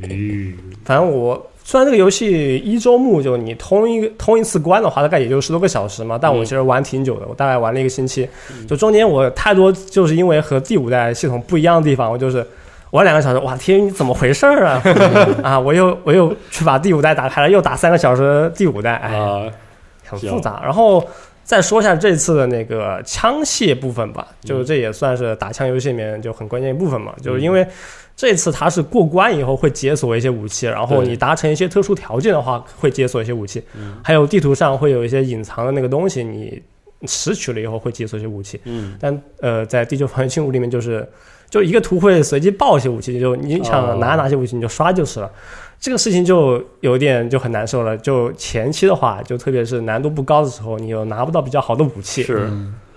J: 咦，
I: 反正我虽然这个游戏一周目就你通一个通一次关的话，大概也就十多个小时嘛，但我其实玩挺久的，我大概玩了一个星期。就中间我太多就是因为和第五代系统不一样的地方，我就是。玩两个小时，哇天，你怎么回事儿啊？ 啊，我又我又去把第五代打开了，又打三个小时第五代，哎，
J: 啊，
I: 很复杂。然后再说一下这次的那个枪械部分吧，就这也算是打枪游戏里面就很关键一部分嘛，就是因为这次它是过关以后会解锁一些武器，然后
J: 对
I: 你达成一些特殊条件的话会解锁一些武器，还有地图上会有一些隐藏的那个东西，你拾取了以后会解锁一些武器。
J: 嗯，
I: 但呃，在地球防御轻武里面就是。就一个图会随机爆一些武器，就你
J: 哦
I: 想拿哪些武器你就刷就是了。这个事情就有点就很难受了。就前期的话，就特别是难度不高的时候，你又拿不到比较好的武器，
J: 是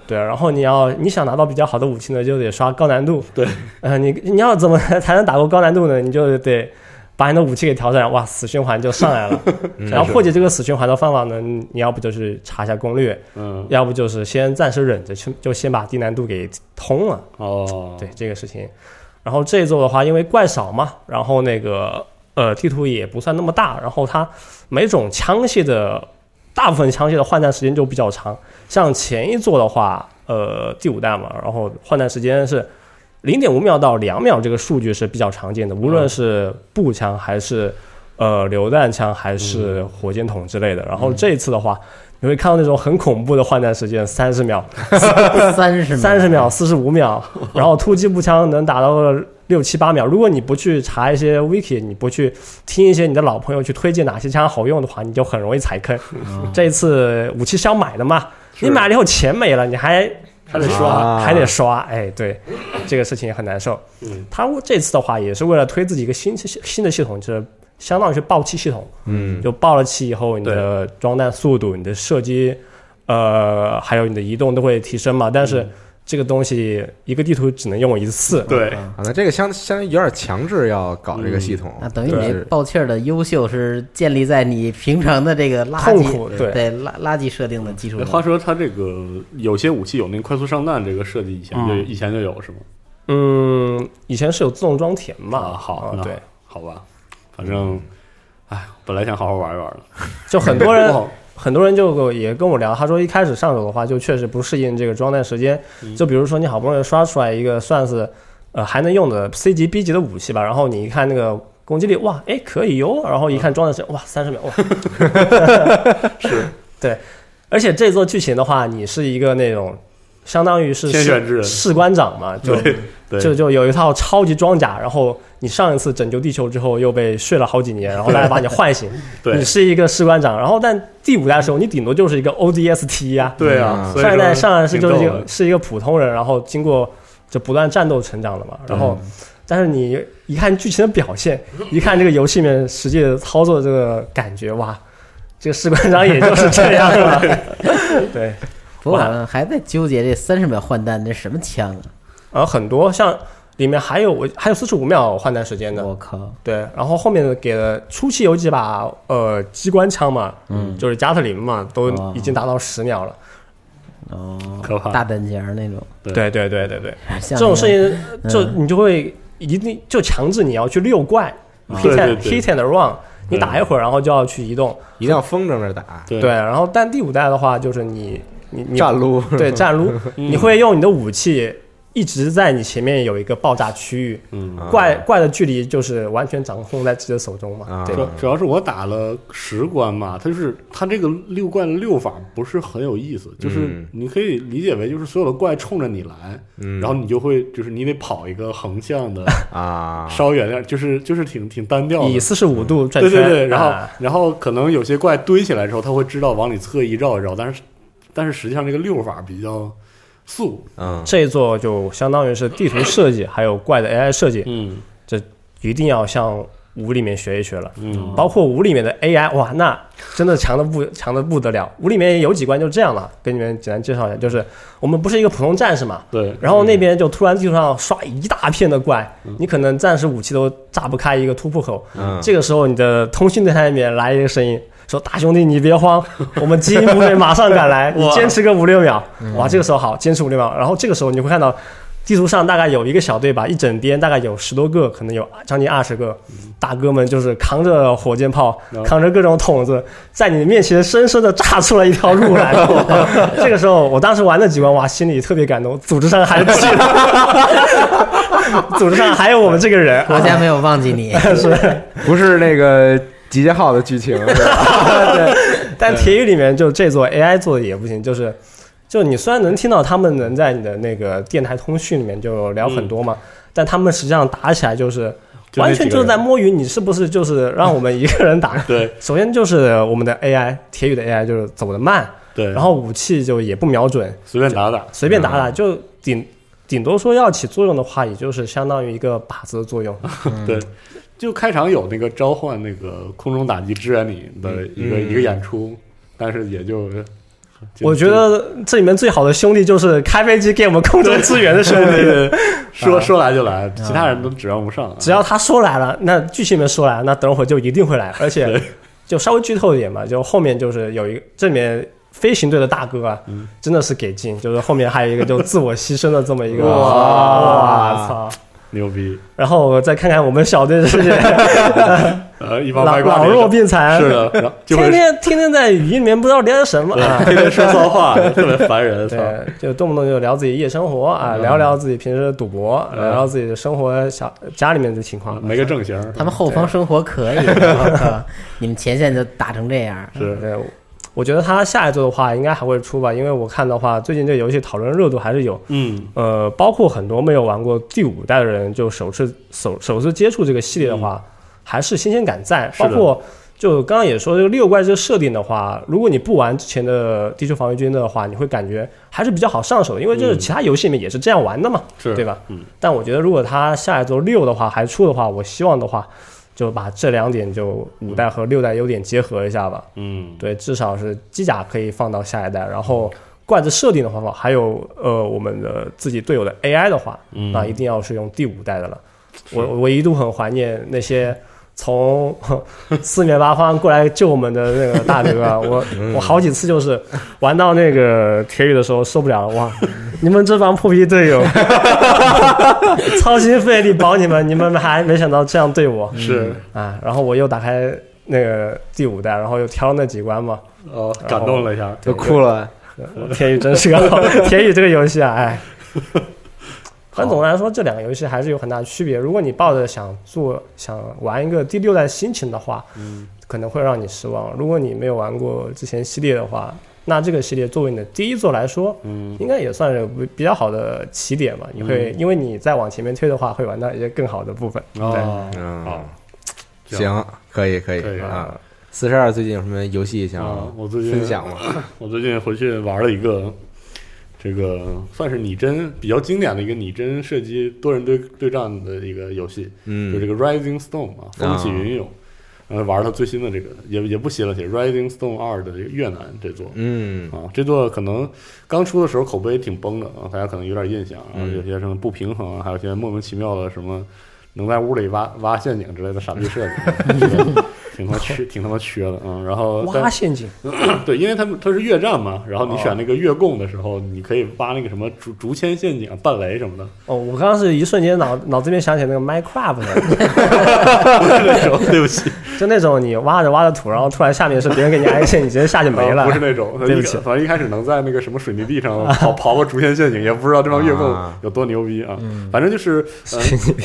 I: 对。然后你要你想拿到比较好的武器呢，就得刷高难度，
J: 对。
I: 呃，你你要怎么 才能打过高难度呢？你就得把你的武器给调整，哇，死循环就上来 了。
J: 嗯
I: 然后破解这个死循环的方法呢，你你要不就是查一下攻略，
J: 嗯，
I: 要不就是先暂时忍着，去就先把低难度给通了。
J: 哦，
I: 对这个事情。然后这一座的话，因为怪少嘛，然后那个呃地图也不算那么大，然后它每种枪械的大部分枪械的换弹时间就比较长。像前一座的话，呃第五代嘛，然后换弹时间是零点五秒到两秒，这个数据是比较常见的，无论是步枪还是呃榴弹枪还是火箭筒之类的。然后这一次的话，你会看到那种很恐怖的换弹时间，三十秒，
H: 三十啊
I: 三十秒、四十五 秒，然后突击步枪能打到六七八秒。如果你不去查一些 wiki，你不去听一些你的老朋友去推荐哪些枪好用的话，你就很容易踩坑。这一次武器嗯是要买的嘛，你买了以后钱没了，你还
J: 还得
G: 刷啊
I: 还得刷，哎，对，这个事情也很难受。
J: 嗯，
I: 他这次的话也是为了推自己一个新新的系统，就是相当于是爆气系统。
G: 嗯，
I: 就爆了气以后，你的装弹速度、你的射击，呃，还有你的移动都会提升嘛。但是
J: 嗯
I: 这个东西一个地图只能用一次，
J: 对，
G: 啊，那这个相相当于有点强制要搞这个系统，
H: 嗯那等于你
G: 就
H: 这
G: 是
H: 爆气儿的优秀是建立在你平常的这个垃
I: 痛苦
H: 圾
I: 对
H: 垃垃圾设定的基础
J: 哎
H: 上。
J: 话说，它这个有些武器有那个快速上弹这个设计，以前就、以前就有是吗？
I: 嗯，以前是有自动装填嘛，
J: 啊，好，
I: 啊
J: 那
I: 对，
J: 好吧，反正哎，本来想好好玩一玩的，
I: 就很多人
J: 不好
I: 很多人就跟我也跟我聊，他说一开始上手的话，就确实不适应这个装弹时间。
J: 嗯
I: 就比如说你好不容易刷出来一个算是呃还能用的 C 级 B 级的武器吧，然后你一看那个攻击力，哇，哎可以哟，然后一看装弹时间，哇，三十秒，哇，
J: 嗯 是
I: 对。而且这座剧情的话，你是一个那种相当于是
J: 天选之
I: 士
J: 人
I: 士官长嘛，就
J: 对对，
I: 就就有一套超级装甲，然后你上一次拯救地球之后又被睡了好几年，然后大家把你唤醒，
J: 对
I: 你是一个士官长，然后但第五代的时候你顶多就是一个 ODST 呀、
J: 对
G: 嗯
J: 啊，所以
I: 上一代
J: 说
I: 上来是就是一
J: 挺逗
I: 个
J: 的
I: 是一个普通人，然后经过就不断战斗成长的
J: 嗯
I: 嘛，然后但是你一看剧情的表 现，一看这个游戏里面实际的操作这个感觉，哇，这个士官长也就是这样 了，对。
H: 不过好像还在纠结这三十秒换弹这什么枪啊！
I: 然后很多像里面还有我还有四十五秒换弹时间的，
H: 我靠，
I: 对，然后后面给了初期有几把呃机关枪嘛，嗯，就是加特林嘛，都
H: 哦
I: 已经达到十秒了。
H: 哦，
J: 可怕
H: 大弹夹那种，
I: 对对对对对，这
H: 像
I: 种
H: 那
I: 事
H: 个
I: 情就你就会一定就强制你要去遛怪，hit
J: 对
I: and
J: 对
I: hit
J: 对
I: and run，你打一会儿然后就要去移动。
G: 一定要风筝着打，
J: 对
I: 对，然后但第五代的话就是你你你
G: 站撸，
I: 对战 撸，你会用你的武器一直在你前面有一个爆炸区域，
J: 嗯，
I: 怪怪的距离就是完全掌控在自己的手中嘛
G: 啊，
I: 对
J: 主
I: 吧？
J: 主要是我打了十关嘛，它就是它这个六怪的六法不是很有意思，就是
G: 嗯
J: 你可以理解为就是所有的怪冲着你来，
G: 嗯，
J: 然后你就会就是你得跑一个横 向的
G: 啊，
J: 稍远点儿，就是就是挺挺单调的
I: 以。四十五度转
J: 对
I: 圈，
J: 对对，然后、
I: 啊
J: 然后可能有些怪堆起来之后，它会知道往里侧一绕一绕，但是但是实际上这个六法比较素，
G: 嗯，
I: 这一座就相当于是地图设计，还有怪的 AI 设计，
J: 嗯
I: 一定要向五里面学一学了。
J: 嗯，
I: 包括五里面的 AI，哇，那真的强的不强的不得了。五里面有几关就这样了，给你们简单介绍一下，就是我们不是一个普通战士嘛，
J: 对，
I: 然后那边就突然地图上刷一大片的怪，你可能暂时武器都炸不开一个突破口，
G: 嗯
I: 这个时候你的通讯对谈里面来一个声音。说大兄弟，你别慌，我们基因部队马上赶来，你坚持个五六秒。哇，这个时候好，坚持五六秒。然后这个时候你会看到，地图上大概有一个小队吧，一整边大概有十多个，可能有将近二十个大哥们，就是扛着火箭炮，扛着各种筒子，在你面前深深的炸出了一条路来。这个时候，我当时玩了几关，哇，心里特别感动，组织上还记得，组织上还有我们这个人，
H: 国家没有忘记你，
G: 不是那个集结号的剧 情，是吧
I: 但铁语里面就这座 AI 做的也不行，就是就你虽然能听到他们能在你的那个电台通讯里面就聊很多嘛，但他们实际上打起来就是
J: 嗯就那
I: 完全
J: 几个
I: 就是在
J: 人
I: 摸鱼，你是不是就是让我们一个人打？
J: 对
I: 首先就是我们的 AI 铁语的 AI 就是走得慢，
J: 对，嗯
I: 然后武器就也不瞄准，
J: 随便打打，
I: 随便打打就顶。顶多说要起作用的话，也就是相当于一个靶子的作用。
J: 对，就开场有那个召唤那个空中打击支援你的一个、一个演出，但是也就，就
I: 嗯我觉得这里面最好的兄弟就是开飞机给我们空中支援的兄弟。
J: 说说来就来，其他人都指望不上、啊。
I: 啊只要他说来了，那剧情里面说来了，那等会儿就一定会 来，而且就稍微剧透一点嘛，就后面就是有一个这里面飞行队的大哥啊，
J: 嗯
I: 真的是给劲，就是后面还有一个就自我牺牲的这么一个，哇操！
J: 牛逼，
I: 然后我再看看我们小队的世 界，
J: 呃，一帮
I: 老
J: 外挂
I: 老
J: 那个
I: 弱病残，
J: 是的，然后就
I: 天
J: 会
I: 天天天在语音里面不知道聊些什么啊
J: 对，天天说 骚话，特别烦人。操，
I: 对，就动不动就聊自己夜生活啊，聊聊自己平时的赌博，
J: 嗯
I: 聊聊自己的生活小家里面的情况
J: 啊，没个正形，
H: 他们后方生活可以，我靠 你们前线就打成这样，
J: 是
I: 对，我觉得它下一座的话应该还会出吧，因为我看的话，最近这游戏讨论热度还是有。
J: 嗯，
I: 呃，包括很多没有玩过第五代的人，就首次首首次接触这个系列的话，还是新鲜感在。
J: 嗯是
I: 包
J: 的
I: 括就刚刚也说这个六怪这个设定的话，如果你不玩之前的地球防卫军的话，你会感觉还是比较好上手的，因为就是
J: 嗯
I: 其他游戏里面也是这样玩的嘛，
J: 是
I: 对吧？
J: 嗯，
I: 但我觉得如果它下一周六的话还出的话，我希望的话就把这两点就五代和六代优点结合一下吧。
J: 嗯，
I: 对，至少是机甲可以放到下一代，然后怪的设定的话，还有呃我们的自己队友的 AI 的话，
J: 嗯
I: 那一定要是用第五代的了。我我一度很怀念那些从 四面八方过来救我们的那个大哥 啊，我
J: 嗯
I: 我好几次就是玩到那个铁雨的时候受不了了，哇， 你们这帮破逼队友， 操心费力保你们，你们还没想到这样对我，
J: 是
I: 啊，然后我又打开那个第五代，然后又挑那几关嘛。
J: 呃，感动了一下，
G: 就哭了。
I: 天宇真是个好，天宇这个游戏啊，哎。但总的来说，这两个游戏还是有很大的区别。如果你抱着想做、想玩一个第六代的心情的话，可能会让你失望。如果你没有玩过之前系列的话，那这个系列作为你的第一作来说，
J: 嗯，
I: 应该也算是比比较好的起点吧。你会、因为你再往前面推的话，会玩到一些更好的部分。
J: 哦，
G: 嗯
J: 好，，
G: 行，可以可
J: 可以
G: 以啊。四十二最近有什么游戏
J: 啊
G: 想
J: 我最近
G: 分享吗？
J: 我最近回去玩了一个，这个算是拟真比较经典的一个拟真射击多人对对战的一个游戏，就这
G: 嗯，
J: 个 Rising Storm 啊，风起云涌。呃，玩它最新的这个也也不新了，其实 Rising Storm 二的这个越南这座，
G: 嗯
J: 啊，这座可能刚出的时候口碑挺崩的啊，大家可能有点印象，然后
G: 嗯
J: 有些什么不平衡啊，还有一些莫名其妙的什么能在屋里挖挖陷阱之类的傻逼设计，啊这个挺他妈缺，挺他妈缺的啊。然后但
I: 挖陷阱，哦
J: 对，因为他们它是越战嘛，然后你选那个越共的时候，你可以挖那个什么竹竹签陷阱、啊半雷什么的，
I: 哦，我刚刚是一瞬间脑脑子里面想起那个 Minecraft，了
J: 那种对不起，
I: 就那种你挖着挖着土，然后突然下面是别人给你挨线，你直接下去没了。
J: 啊不是那种，
I: 对不起
J: 一个反正一开始能在那个什么水泥地上跑刨个竹签陷阱，也不知道这帮越共
G: 啊
J: 有多牛逼啊。
I: 嗯
J: 反正就是、呃、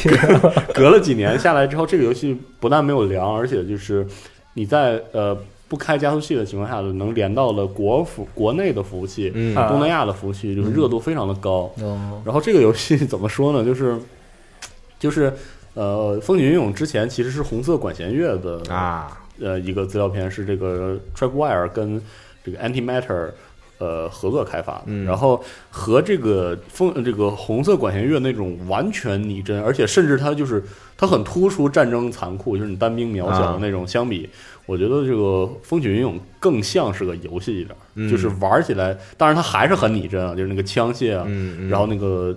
J: 隔隔了几年下来之后，这个游戏不但没有凉，而且就是你在呃不开加速器的情况下，能连到了国服国内的服务器、
G: 嗯
I: 啊
J: 东南亚的服务器，就是热度非常的高。
H: 哦，
J: 然后这个游戏怎么说呢？就是就是呃，风起云涌之前其实是红色管弦乐的
G: 啊，
J: 呃一个资料片是这个 Tripwire 跟这个 Antimatter 呃合作开发的，
G: 嗯
J: 然后和这个风这个红色管弦乐那种完全拟真，而且甚至它就是它很突出战争残酷，就是你单兵渺小的
G: 啊
J: 那种相比。我觉得这个《风起云涌》更像是个游戏一点儿，
G: 嗯
J: 就是玩起来，当然它还是很拟真啊，就是那个枪械啊，
G: 嗯，嗯
J: 然后那个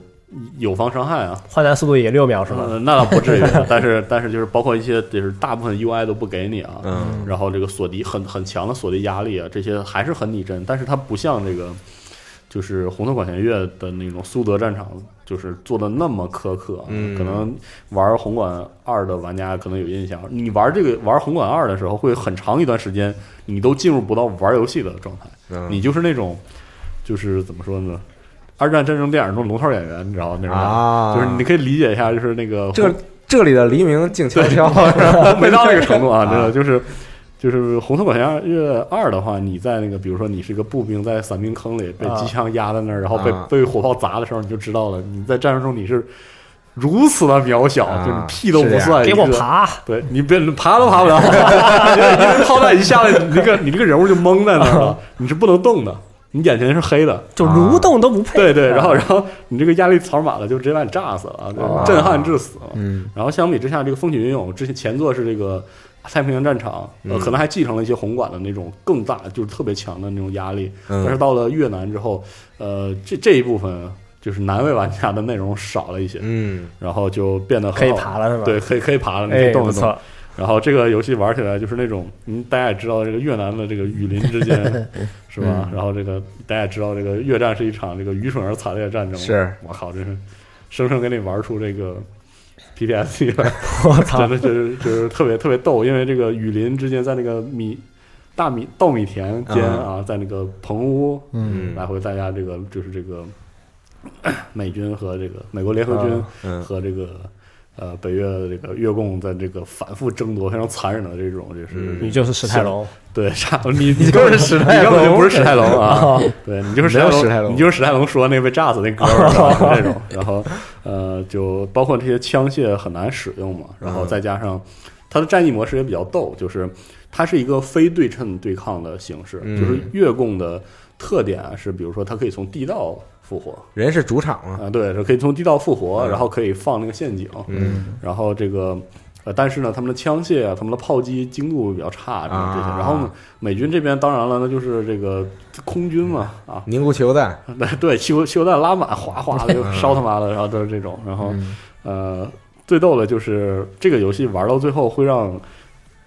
J: 友方伤害啊，
I: 换弹速度也六秒是吧？
J: 呃，那倒不至于， 但是但是就是包括一些就是大部分 UI 都不给你啊，
G: 嗯
J: 然后这个锁敌很很强的锁敌压力啊，这些还是很拟真，但是它不像这个就是红色管弦乐的那种苏德战场，就是做的那么苛刻、啊。
G: 嗯
J: 可能玩红管二的玩家可能有印象，你玩这个玩红管二的时候，会很长一段时间你都进入不到玩游戏的状态，
G: 嗯
J: 你就是那种就是怎么说呢？二战战争电影中龙套演员，你知道吗那种感觉，
G: 啊
J: 就是你可以理解一下，就是那个
G: 这这里的黎明静悄悄，
J: 没到那个程 度啊，
G: 啊
J: 真的就是就是《红色管弦乐二》的话，你在那个比如说你是个步兵，在伞兵坑里被
I: 啊
J: 机枪压在那儿，然后被
G: 啊
J: 被火炮砸的时候，你就知道了，你在战争中你是如此的渺小，
G: 啊
J: 就是你屁都不
G: 是这
J: 算，
I: 给
J: 你
I: 我
J: 是！
I: 爬！
J: 对你别爬都爬不了， 因为炮弹一下来，你这个你这个人物就蒙在那儿了，你是不能动的，你眼前是黑的，
I: 就蠕动都不配。
J: 对对，然后然后你这个压力草满了，就直接把你炸死了啊，
G: 啊
J: 对震撼致死了。
G: 嗯
J: 然后相比之下，这个风起云涌之前前作是这个太平洋战场，呃，
G: 嗯
J: 可能还继承了一些红馆的那种更大，就是特别强的那种压力。但 是
G: 嗯
J: 到了越南之后，呃，这这一部分就是难为玩家的内容少了一些，
G: 嗯，
J: 然后就变得很
I: 可以
J: 好
I: 爬了是吧？
J: 啊对，，可以可以爬了，你可
I: 哎，
J: 以动
I: 不
J: 一动。
I: 错。
J: 然后这个游戏玩起来就是那种，嗯，大家也知道这个越南的这个雨林之 间是
G: 嗯
J: 吧？然后这个大家也知道这个越战是一场这个愚蠢而惨烈的战争，
G: 是
J: 我靠，真是生生给你玩出这个 PTSD 来，
I: 我操
J: 真！的就是就是特别特别逗，因为这个雨林之间在那个米大米稻米田间啊，在那个棚屋
G: 嗯
J: 来回大家这个就是这个 美军和这个美国联合军。
G: 嗯
J: 和这个呃北越的这个越共在这个反复争夺非常残忍的这种，就是、
I: 你就是史泰龙，
J: 对 差不多你你就是史
I: 泰龙
J: 你根本就不是史泰龙啊， 对你就是史泰
G: 没有
J: 龙，
G: 史泰龙
J: 你就是史泰龙说那被炸死那哥们儿啊 这种，然后呃就包括这些枪械很难使用嘛，然后
G: 嗯
J: 再加上它的战役模式也比较逗，就是它是一个非对称对抗的形式，
G: 嗯
J: 就是越共的特点啊是，比如说它可以从地道复活。
G: 人是主场嘛，
J: 啊，对，是可以从地道复活，
G: 嗯
J: 然后可以放那个陷阱，
G: 嗯
J: 然后这个呃，但是呢，他们的枪械啊，他们的炮击精度比较差，这
G: 啊
J: 这些。然后呢美军这边当然了，那就是这个空军嘛，啊，
G: 凝固球弹，
J: 那对，汽油汽油弹拉满，哗哗的
G: 嗯
J: 就烧他妈的，然后都是这种，然后呃，最逗的就是这个游戏玩到最后会让。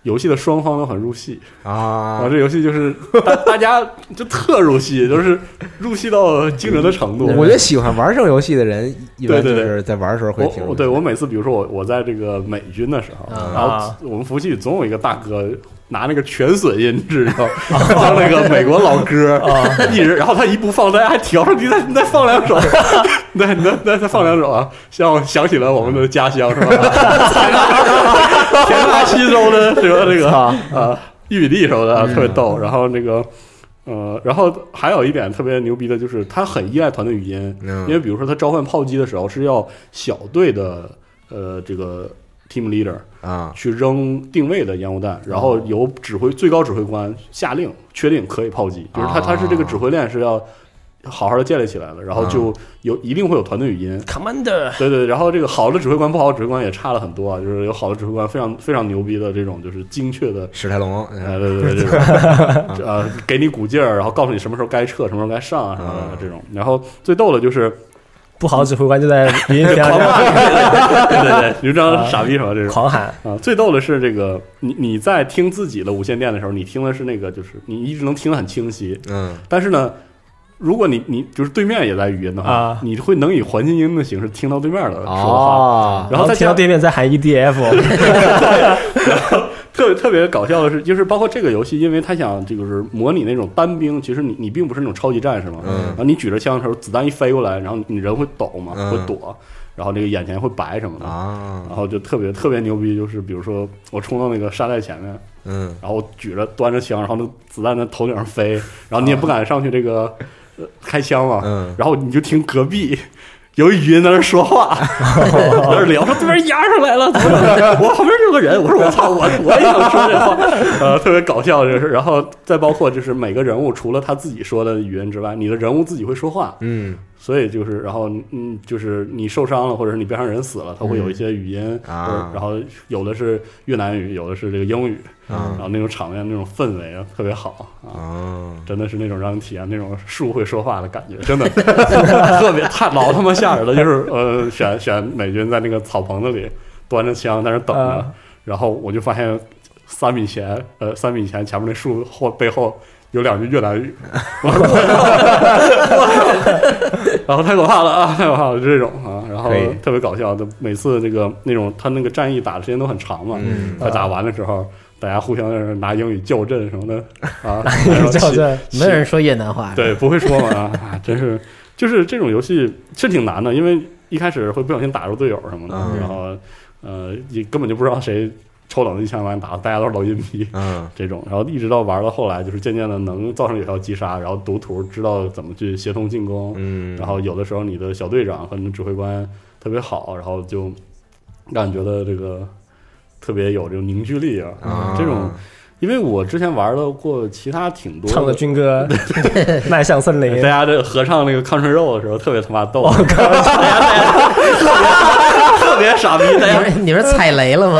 J: 游戏的双方都很入戏，然
G: 啊
J: 后，这游戏就是大大家就特入戏，就是入戏到惊人的程度。
G: 我觉得喜欢玩这种游戏的人，一般就
J: 对对对
G: 是在玩的时候会
J: 我
G: 听。
J: 我对我每次，比如说我我在这个美军的时候，
H: 啊
J: 然后我们服务器总有一个大哥拿那个全损音质，然后 当那个美国老歌，
G: 啊
J: 一直，然后他一不放，大家还调上，你再你再放两 首，对，你再再再放两首啊，让我想起了我们的家乡是吧？ 田纳西州的什么这个啊，玉米地什么的，
G: 嗯
J: 特别逗。然后那个。呃，然后还有一点特别牛逼的就是，他很依赖团队语音，
G: 嗯
J: 因为比如说他召唤炮击的时候是要小队的呃这个 team leader
G: 啊，
J: 去扔定位的烟雾弹，然
G: 哦
J: 后由指挥最高指挥官下令确定可以炮
G: 哦
J: 击，就是他他是这个指挥链是要好好的建立起来的，然
G: 哦
J: 后就有一定会有团队语音。
I: Commander，
J: 对对，然后这个好的指挥官、不好的指挥官也差了很多啊，就是有好的指挥官非常非常牛逼的这种，就是精确的
G: 史泰龙，
J: 哎，
G: 嗯
J: 对 对对，这种呃，给你鼓劲儿，然后告诉你什么时候该撤，什么时候该上啊什么
G: 哦
J: 的这种。然后最逗的就是
I: 不好指挥官就在语音
J: 狂啊
I: 里
J: 骂你，对对对，刘章傻逼什么这种。
I: 狂喊，
J: 啊，最逗的是这个，你你在听自己的无线电的时候，你听的是那个，就是你一直能听得很清晰，
G: 嗯
J: 但是呢。如果你你就是对面也在语音的话，
I: 啊
J: 你会能以环境音的形式听到对面的说话，
G: 哦，
J: 然后再
I: 听
J: 加
I: 到对面在喊 E EDF，
J: 特别特别搞笑的是，就是包括这个游戏，因为他想这个是模拟那种单兵，其实你你并不是那种超级战士嘛，
G: 嗯
J: 然后你举着枪的时候，子弹一飞过来，然后你人会抖嘛，
G: 嗯
J: 会躲，然后这个眼前会白什么的，
G: 啊，
J: 然后就特别特别牛逼，就是比如说我冲到那个沙袋前面，
G: 嗯
J: 然后我举着端着枪，然后那子弹在头顶上飞，然后你也不敢上去这个、呃开枪嘛，
G: 嗯
J: 然后你就听隔壁。 有一语音在那儿说 话，在那儿聊，说对面压上来了，怎么 我旁边就有个人，我说我操，我我也想说这话， 呃，特别搞笑这个事儿。然后再包括就是每个人物除了他自己说的语音之外，你的人物自己会说话，
G: 嗯
J: 所以就是，然后嗯，就是你受伤了，或者是你边上人死了，它会有一些语音，
G: 啊
J: 或者然后有的是越南语，有的是这个英语，
G: 啊
J: 然后那种场面那种氛围啊，特别好啊，
G: 啊，
J: 真的是那种让你体验那种树会说话 的感觉，真的 特别太老他妈吓人了。就是呃，选选美军在那个草棚子里端着枪在那等着，
I: 啊
J: 然后我就发现三米前呃三米前前面那树后背后有两句越 南语，我说然后太可怕了啊，太可怕了，就这种啊，然后
G: 可以
J: 特别搞笑的，每次这个那种他那个战役打的时间都很长嘛，
G: 嗯
J: 他打完的时候，大家互相在那儿拿英语校正什 么的啊，
I: 叫在
H: 没有人说越南话，
J: 对，不会说嘛啊，啊真是就是这种游戏是挺难的，因为一开始会不小心打着队友什么的，
G: 嗯
J: 然后呃也根本就不知道谁抽冷子一枪把你打，大家都是老阴逼，
G: 嗯
J: 这种，然后一直到玩到后来，就是渐渐的能造成有效击杀，然后读图知道怎么去协同进攻，
G: 嗯，
J: 然后有的时候你的小队长和你的指挥官特别好，然后就让你觉得这个特别有这种凝聚力啊，
G: 啊
J: 这种。因为我之前玩了过其他挺多
I: 唱的军 歌， 迈向森
J: 大
I: 林，
J: 家这合唱那个抗春肉的时候，特别他妈逗，
I: 哦
J: 大家大家特别特别傻逼，大
H: 你
J: 家
H: 们你们踩雷了吗？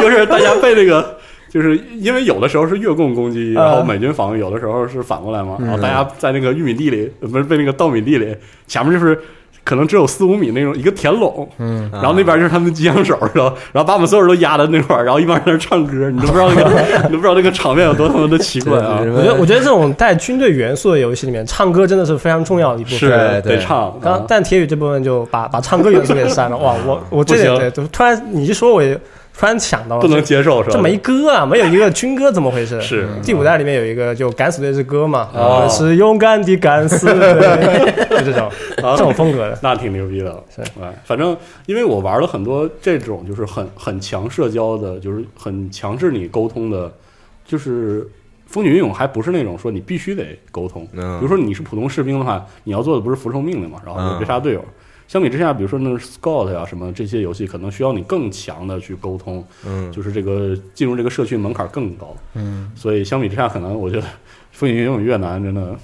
J: 就是大家被那个，就是因为有的时候是越共攻击，然后
I: 嗯
J: 美军防御，有的时候是反过来嘛，然后大家在那个玉米地里，呃不是被那个稻米地里，前面就是。可能只有四五米那种一个田垄，嗯，然
G: 啊
J: 后那边就是他们的机枪手，然后然后把我们所有人都压在那块儿，然后一帮人在那唱歌，你都不知道 那个，你都不知道那个场面有多他妈的奇怪啊！
I: 我觉得我觉得这种带军队元素的游戏里面，唱歌真的是非常重要的一部分。
J: 是
G: 对对
J: 得唱，
I: 刚但铁宇这部分就把把唱歌元素给删 了，哇，我我这
J: 啊不行
I: 点对，就突然你一说，我也突然想到了，
J: 不能接受是吧？
I: 这没歌啊，没有一个军歌，怎么回事？
J: 是
I: 第五代里面有一个就敢死队之歌嘛，
J: 哦
I: 我是勇敢的敢死 队，就这种
J: 啊
I: 这种风格的，
J: 那挺牛逼的，
I: 是
J: 哎，反正因为我玩了很多这种就是很很强社交的，就是很强制你沟通的，就是风起云涌还不是那种说你必须得沟通，
G: 嗯
J: 比如说你是普通士兵的话，你要做的不是服从命令嘛，然后
G: 嗯
J: 你别杀队友。相比之下，比如说那 Scout 呀、什么这些游戏，可能需要你更强的去沟通，
G: 嗯
J: 就是这个进入这个社区门槛更高。嗯，所以相比之下，可能我觉得《风起云涌越南》真的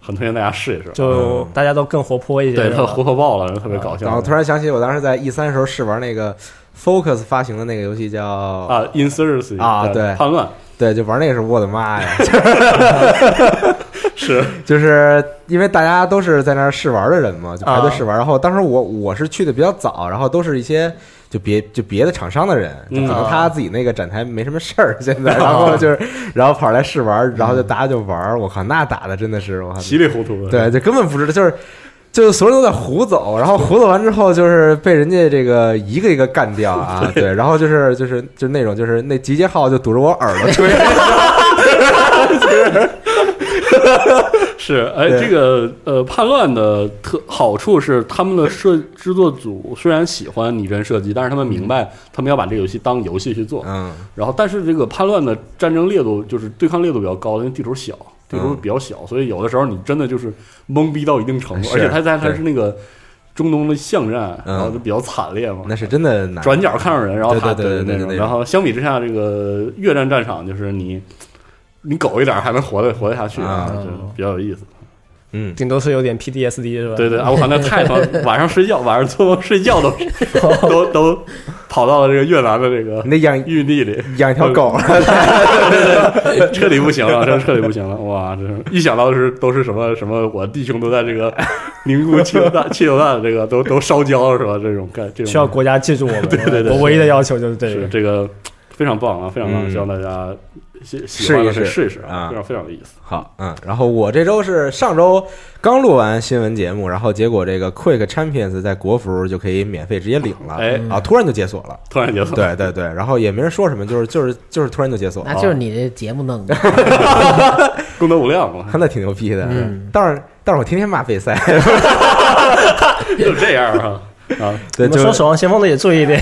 J: 很推荐大家试一试。
I: 就大家都更活泼一些。
J: 嗯对，
I: 是
J: 特
I: 吧
J: 活泼爆了，特别搞笑。
G: 然后突然想起我当时在 E 三时候试玩那个 Focus 发行的那个游戏叫
J: 啊，insurgency
G: 啊对
J: 叛乱
G: 对，就玩那个时候，我的妈呀！
J: 是
G: 就是因为大家都是在那儿试玩的人嘛，就排队试玩。然后当时我我是去的比较早，然后都是一些就别就别的厂商的人，就可能他自己那个展台没什么事儿，现在然后就是然后跑来试玩，然后就大家就玩儿。我靠，那打的真的是我靠，
J: 稀里糊涂的，
G: 对，就根本不知道，就是就所有人都在胡走，然后胡走完之后就是被人家这个一个一个干掉啊，对，然后就是就是就是那种就是那集结号就堵着我耳朵吹，
J: 是，哎，
G: 对
J: 这个呃，叛乱的特好处是，他们的 设制作组虽然喜欢拟真射击，但是他们明白，他们要把这个游戏当游戏去做。
G: 嗯
J: 然后，但是这个叛乱的战争烈度就是对抗烈度比较高，因为地图小，
G: 嗯
J: 地图比较小，所以有的时候你真的就是懵逼到一定程度，
G: 是
J: 而且它在它
G: 是
J: 是那个中东的巷战，
G: 嗯
J: 然后就比较惨烈嘛。
G: 那是真的难，
J: 转角看上人，然后
G: 对
J: 他
G: 对对对
J: 那
G: 对
J: 种。
G: 对
J: 然后相比之下，这个越战战场就是你你苟一点儿还能活得活得下去
G: 啊
J: 就比较有意思。
G: 嗯，
I: 顶多是有点 PTSD 是吧？
J: 对对，啊，我靠，那 太他妈晚上睡觉，晚上做梦睡觉都都都跑到了这个越南的这个
G: 你得养
J: 玉地里，
G: 养一条狗，
J: 彻底不行了，这彻底不行了，哇，这是一想到是都是什么什么，我弟兄都在这个凝固汽 油弹、汽油弹这个都都烧焦了是吧？这种干这种
I: 需要国家记住我们。
J: 对对对
I: 我唯一的要求就是这
J: 是
I: 个。
J: 这个非常棒啊，非常棒，
G: 嗯
J: 希望大家喜喜
G: 试
J: 欢
G: 一
J: 的可以
G: 试
J: 试一试
G: 啊
J: 非常非常有意思。
G: 好，嗯，然后我这周是上周刚录完新闻节目，然后结果这个 Quick Champions 在国服就可以免费直接领了，
J: 哎嗯
G: 啊，突然就解锁了，
J: 突然觉得
G: 对对对，然后也没人说什么，就是就是就是突然就解锁
H: 那
G: 了，
H: 就是你这节目弄的，
J: 功德无量嘛，
G: 那挺牛逼的
H: 嗯，
G: 但是但是我天天骂费赛，
J: 就这样啊 啊，
G: 对，
I: 你们
G: 就
I: 说守望先锋的也注意一点，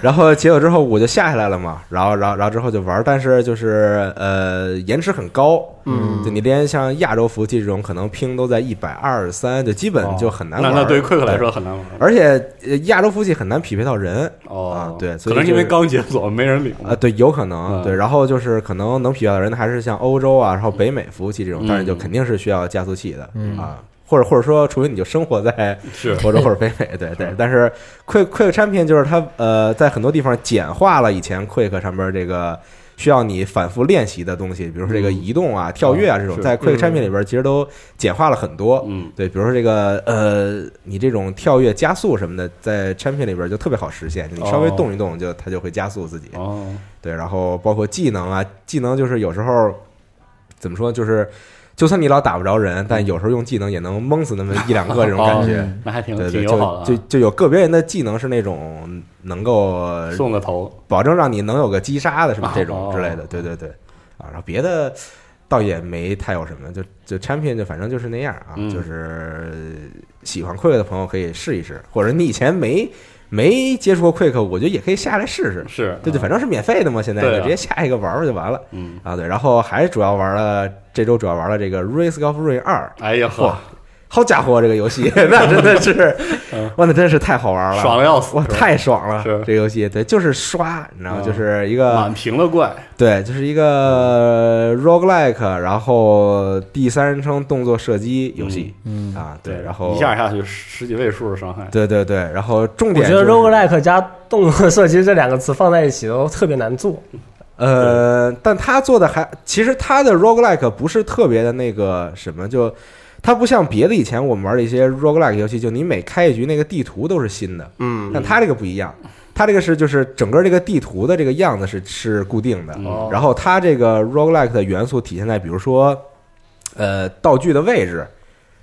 G: 然后解锁之后我就下下来了嘛，然后然后然后之后就玩，但是就是呃延迟很高，嗯，就你连像亚洲服这种可能ping 都在一百二三，就基本就很难
J: 哦那
G: 玩。
J: 那对于 Quick 来说很难玩。
G: 而且呃亚洲服系很难匹配到人
J: 哦
G: 啊，对，所
J: 可
G: 以
J: 能是因为
G: 就是
J: 刚解锁没人领
G: 啊，对，有可能
J: 嗯
G: 对，然后就是可能能匹配到人的还是像欧洲啊，然后北美服务器这种，但是
J: 嗯
G: 就肯定是需要加速器的啊，或者或者说，除非你就生活在
J: 是
G: 欧洲或者北美，对对。但是 Quick Quick 产品就是它呃，在很多地方简化了以前 Quick 上边这个。需要你反复练习的东西，比如说这个移动啊、跳跃啊这种，
J: 嗯是
G: 在 Quick 产品里边其实都简化了很多。
J: 嗯，
G: 对，比如说这个呃，你这种跳跃、加速什么的，在产品里边就特别好实现，你稍微
J: 哦
G: 动一动就它就会加速自己。
J: 哦，
G: 对，然后包括技能啊，技能就是有时候怎么说，就是就算你老打不着人，
J: 嗯
G: 但有时候用技能也能蒙死那么一两个这种感觉。
J: 那还挺
G: 对
J: 挺
G: 对，
J: 友好
G: 就
J: 的
G: 就
J: 啊，
G: 就有个别人的技能是那种能够
J: 送个头，
G: 保证让你能有个击杀的什么这种之类的，
J: 哦
G: 对对对，啊，然后别的倒也没太有什么，就就 champion 就反正就是那样啊，
J: 嗯
G: 就是喜欢 quick 的朋友可以试一试，或者你以前没没接触过 quick，我觉得也可以下来试试，
J: 是
G: 对对，
J: 啊
G: 反正是免费的嘛，现在
J: 对啊
G: 就直接下一个玩玩就完了
J: 嗯，
G: 啊。对，然后还主要玩了这周主要玩了这个《Race of Rain 二
J: 哎呀》，
G: 嚯
J: 呵，，
G: 好家伙，这个游戏 那真的是
J: 嗯，
G: 哇，那真是太好玩了，
J: 爽的要死
G: 哇，，
J: 是吧
G: 太爽了！
J: 是
G: 这个游戏，对，就是刷，你知道吗？
J: 嗯
G: 就是一个
J: 满屏的怪，
G: 对，就是一个 roguelike，然后第三人称动作射击游戏
H: 嗯，
G: 啊，对，然后
J: 一下下去十几位数的伤害，
G: 对对对，然后重
I: 我
G: 点
I: 觉
G: 就
I: 得
G: 是
I: roguelike 加动作射击这两个词放在一起都特别难做。
G: 呃，但他做的还，其实他的 roguelike 不是特别的那个什么，就它不像别的以前我们玩的一些 roguelike 游戏，就你每开一局那个地图都是新的，
I: 嗯，
G: 但它这个不一样，它这个是就是整个这个地图的这个样子是是固定的，
I: 哦
J: 嗯
G: 然后它这个 roguelike 的元素体现在比如说呃道具的位置。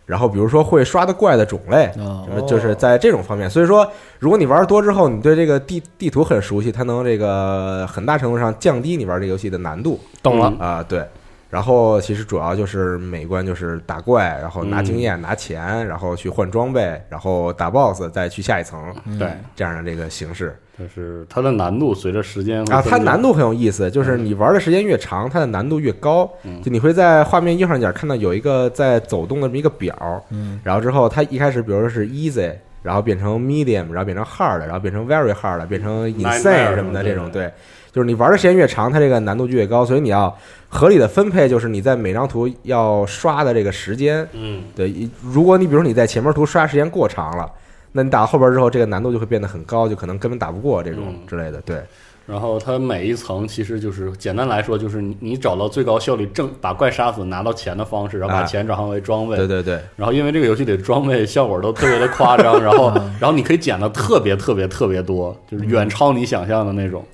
G: 然后，比如说会刷的怪的种类，
H: 哦
G: 什么就是在这种方面。所以说，如果你玩多之后，你对这个地地图很熟悉，它能这个很大程度上降低你玩这个游戏的难度。
J: 懂了
G: 啊、对。然后其实主要就是每关就是打怪，然后拿经验、拿钱，然后去换装备，然后打 BOSS，再去下一层，
J: 对，
G: 这样的这个形式
J: 就是它的难度随着时间会
G: 啊。
J: 增
G: 它
J: 加
G: 难度很有意思，就是你玩的时间越长，它的难度越高。就你会在画面右上角看到有一个在走动的这么一个表，
B: 嗯，
G: 然后之后它一开始比如说是 easy，然后变成 medium，然后变成 hard，然后变成 very hard，变成 insane
J: Nightmare
G: 什么的这
J: 什
G: 种
J: 么的
G: 对。就是你玩的时间越长，它这个难度就越高，所以你要合理的分配，就是你在每张图要刷的这个时间，
J: 嗯，
G: 对，一如果你比如说你在前面图刷时间过长了，那你打到后边之后，这个难度就会变得很高，就可能根本打不过这种
J: 嗯
G: 之类的。对，
J: 然后它每一层其实就是简单来说，就是你你找到最高效率正把怪杀死拿到钱的方式，然后把
G: 哎
J: 钱转换为装备。
G: 对对对，
J: 然后因为这个游戏里的装备 效果都特别的夸 张，然后然后你可以捡的特别特别特别多，就是远超你想象的那种。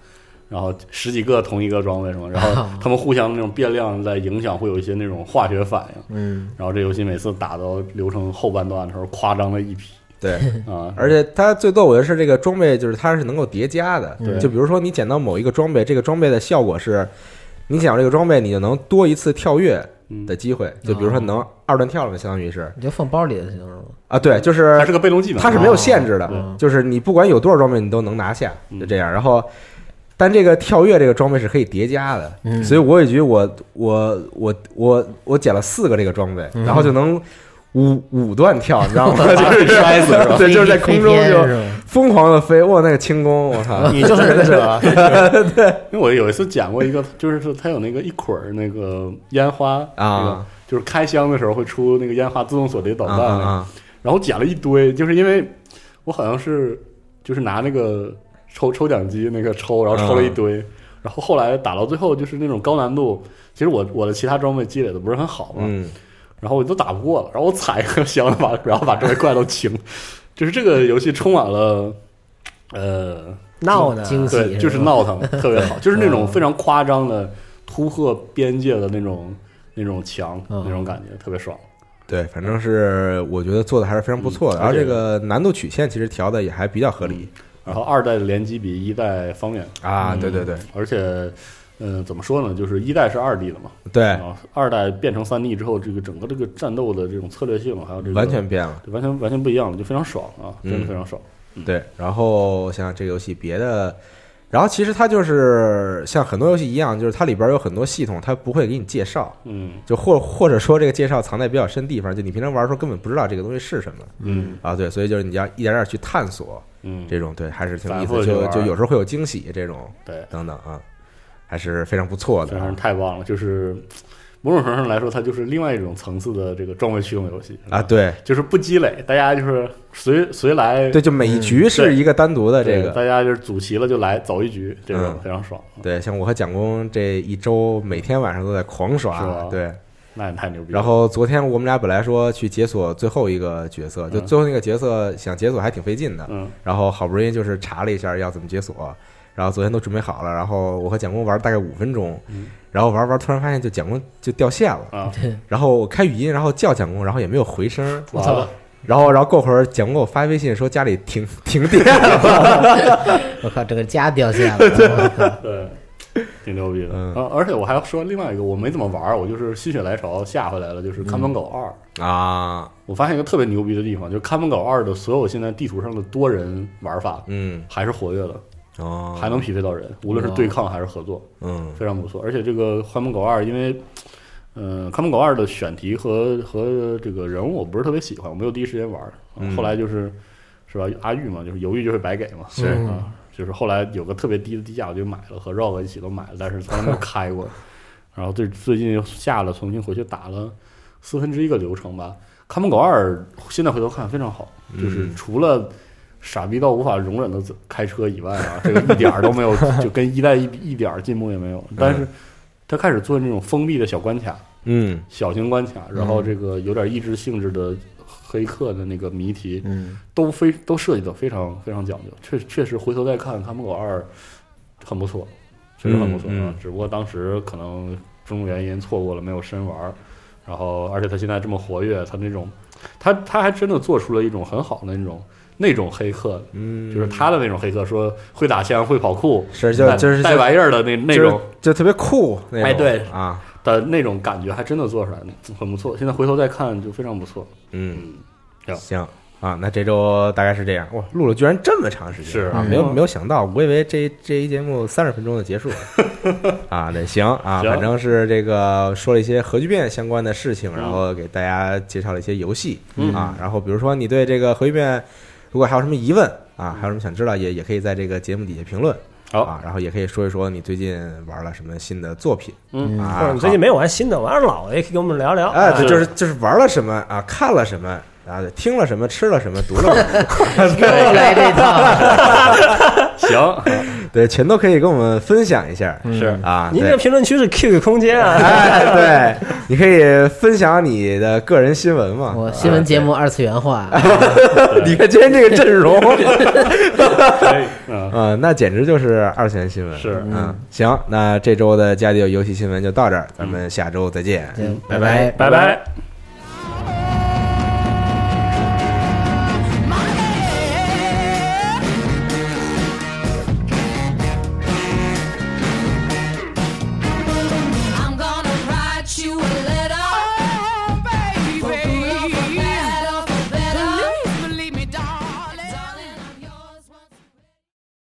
J: 然后十几个同一个装备 什么，然后他们互相那种变量在影响，会有一些那种化学反应。
G: 嗯，
J: 然后这游戏每次打到流程后半段的时候，夸张了一批
G: 对。
J: 啊！
G: 而且它最逗，我觉得是这个装备，就是它是能够叠加的。
J: 对
G: 就比如说你捡到某一个装备，这个装备的效果是，你捡到这个装备，你就能多一次跳跃
J: 嗯
G: 的机会。就比如说
H: 哦
G: 能二段跳了嘛，相当于是
H: 你就放包里就行了。
G: 啊，对，就
J: 它
G: 是
J: 是个被动技能，
G: 它是没有限制
J: 对
G: 的，嗯就是你不管有多少装备，你都能拿下，就这样。然后，但这个跳跃这个装备是可以叠加的，
H: 嗯
G: 所以我有一局我我我我我捡了四个这个装备，然后就能五五段跳，你知道吗？就是 摔死，对，就是在空中
H: 飞天
G: 就。
H: 是吧
G: 疯狂的飞，哇，那个轻功，我操！
I: 你就是忍者，
J: 因为我有一次捡过一个，就是说它有那个一捆儿那个烟花
G: 啊
J: 那个就是开箱的时候会出那个烟花自动锁定导
G: 啊
J: 弹
G: 啊
J: 那个，
G: 啊！
J: 然后捡了一堆，就是因为我好像是就是拿那个抽抽奖机那个抽，然后抽了
G: 啊
J: 一堆，然后后来打到最后就是那种高难度，其实我我的其他装备积累的不是很好嘛，
G: 嗯，
J: 然后我都打不过了，然后我踩一个箱子把， 然后把周围怪都清，就是这个游戏充满了。呃，
I: 闹呢，
H: 惊喜
J: 对，就是
H: 吧嗯
J: 闹腾，特别好，就是那种非常夸张的突破边界的那种那种强，
H: 嗯
J: 那种感觉特别爽。
G: 对，反正是我觉得做的还是非常不错的，
J: 嗯
G: 然后
J: 而且
G: 这个难度曲线其实调的也还比较合理
J: 嗯然后二代的联机比一代方便，
G: 啊。对对对
J: 而且，嗯、怎么说呢，就是一代是二 D 的嘛，
G: 对
J: 然，后二代变成三 D 之后，这个整个这个战斗的这种策略性，还有这个
G: 完全变了。
J: 对完全完全不一样了，就非常爽啊，真的非常爽。
G: 对，然后我想想这个游戏别的，然后其实它就是像很多游戏一样，就是它里边有很多系统，它不会给你介绍，
J: 嗯
G: 就或或者说这个介绍藏在比较深地方，就你平常玩的时候根本不知道这个东西是什么
J: 嗯
G: 啊。对，所以就是你要一点点去探索
J: 嗯，
G: 这种，对，还是挺有意
J: 反
G: 思
J: 复
G: 的，
J: 地去
G: 就
J: 玩
G: 就有时候会有惊喜这种
J: 对，
G: 等等啊，还是非常不错的
J: 真
G: 啊。
J: 是太棒了，就是。某种程度上来说，它就是另外一种层次的这个装备驱动游戏
G: 啊，，对
J: 就是不积累，大家就是随随来，
G: 对，就每一局是一个单独的这
J: 嗯对
G: 个。
J: 大家就是组齐了就来走一局，这种
G: 嗯
J: 非常爽，
G: 对，像我和蒋工这一周，每天晚上都在狂
J: 是吧
G: 刷，对。
J: 那也太牛逼了。
G: 然后昨天我们俩本来说去解锁最后一个角色，就
J: 嗯
G: 最后那个角色想解锁还挺费劲的，
J: 嗯，
G: 然后好不容易就是查了一下要怎么解锁，然后昨天都准备好了，然后我和蒋工玩大概五分钟，然后玩玩突然发现就蒋工就掉线了，
J: 嗯啊，
G: 然后我开语音，然后叫蒋工，然后也没有回 声，
J: 完了，
G: 然后然后过会儿蒋工给我发微信说家里停 停电了，
H: 我靠，整个家掉线了。
J: 对，挺牛逼的。
G: 嗯
J: 啊，而且我还要说另外一个，我没怎么玩儿，我就是心血来潮下回来了，就是《
G: 嗯
J: 看门狗二》
G: 啊，
J: 我发现一个特别牛逼的地方，就是《看门狗二》的所有现在地图上的多人玩法
G: 嗯，
J: 还是活跃的，
G: 哦，
J: 还能匹配到人，无论是对抗还是合作，
G: 嗯
J: 非常不错。而且这个《看门狗二》，因为嗯，呃《看门狗二》的选题和和这个人物我不是特别喜欢，我没有第一时间玩儿。啊
G: 嗯
J: 后来就是是吧，阿玉嘛，就是犹豫就会白给嘛，
G: 是
J: 啊，就是后来有个特别低的低价，我就买了，和 ROG 一起都买了，但是从来没有开过。然后最最近又下了，重新回去打了四分之一个流程吧。《看门狗二》现在回头看非常好，就是
G: 嗯
J: 除了傻逼到无法容忍的开车以外啊，这个一点儿都没有，就跟一代一一点儿进步也没有。但是他开始做那种封闭的小关卡，
G: 嗯
J: 小型关卡，然后这个有点益智性质的黑客的那个谜题，
G: 嗯，
J: 都非都设计的非常非常讲究，确确实回头再看《看门狗二》很不错，确实很不错
G: 嗯
J: 啊
G: 嗯。
J: 只不过当时可能种种原因错过了，没有深玩儿。然后，而且他现在这么活跃，他那种，他他还真的做出了一种很好的那种那种黑客，
G: 嗯
J: 就是他的那种黑客，说会打枪、会跑酷，
G: 是就
J: 带
G: 就是
J: 带玩意儿的那那
G: 就是
J: 种
G: 就特别酷那种，
J: 哎对
G: 啊，
J: 的那种感觉，还真的做出来了，很不错。现在回头再看就非常不错。
G: 嗯，
J: 行
G: 行啊，那这周大概是这样。哇，录了居然这么长时间，
J: 是
G: 啊，
J: 嗯
G: 没有没有想到，我以为这这一节目三十分钟就结束了 啊。那行啊，
J: 行
G: 反正是这个说了一些核聚变相关的事情，
J: 嗯
G: 然后给大家介绍了一些游戏、啊，然后比如说你对这个核聚变如果还有什么疑问啊，还有什么想知道，也也可以在这个节目底下评论。
J: 好
G: 啊，然后也可以说一说你最近玩了什么新的作品，
J: 嗯
G: 啊，
I: 或者你最近没有玩新的，玩点老的也可以跟我们聊 聊。
G: 哎，对，
J: 是
G: 就是就是玩了什么啊，看了什么啊，听了什么，吃了什么，读了什么，
H: 又来这套，
J: 行，
G: 对，全都可以跟我们分享一下
J: 是
G: 啊。
I: 您
G: 对
I: 这个 评论区是 QQ 空间 啊，
G: 哎，对，你可以分享你的个人新闻嘛？
H: 我新闻节目二次元化， 啊
G: 你看今天这个阵容，
J: 可以，嗯，
G: 呃，那简直就是二次元新闻。
J: 是
G: 嗯，行，那这周的家里有游戏新闻就到这儿，咱们下周再见。
H: 嗯
J: 拜拜。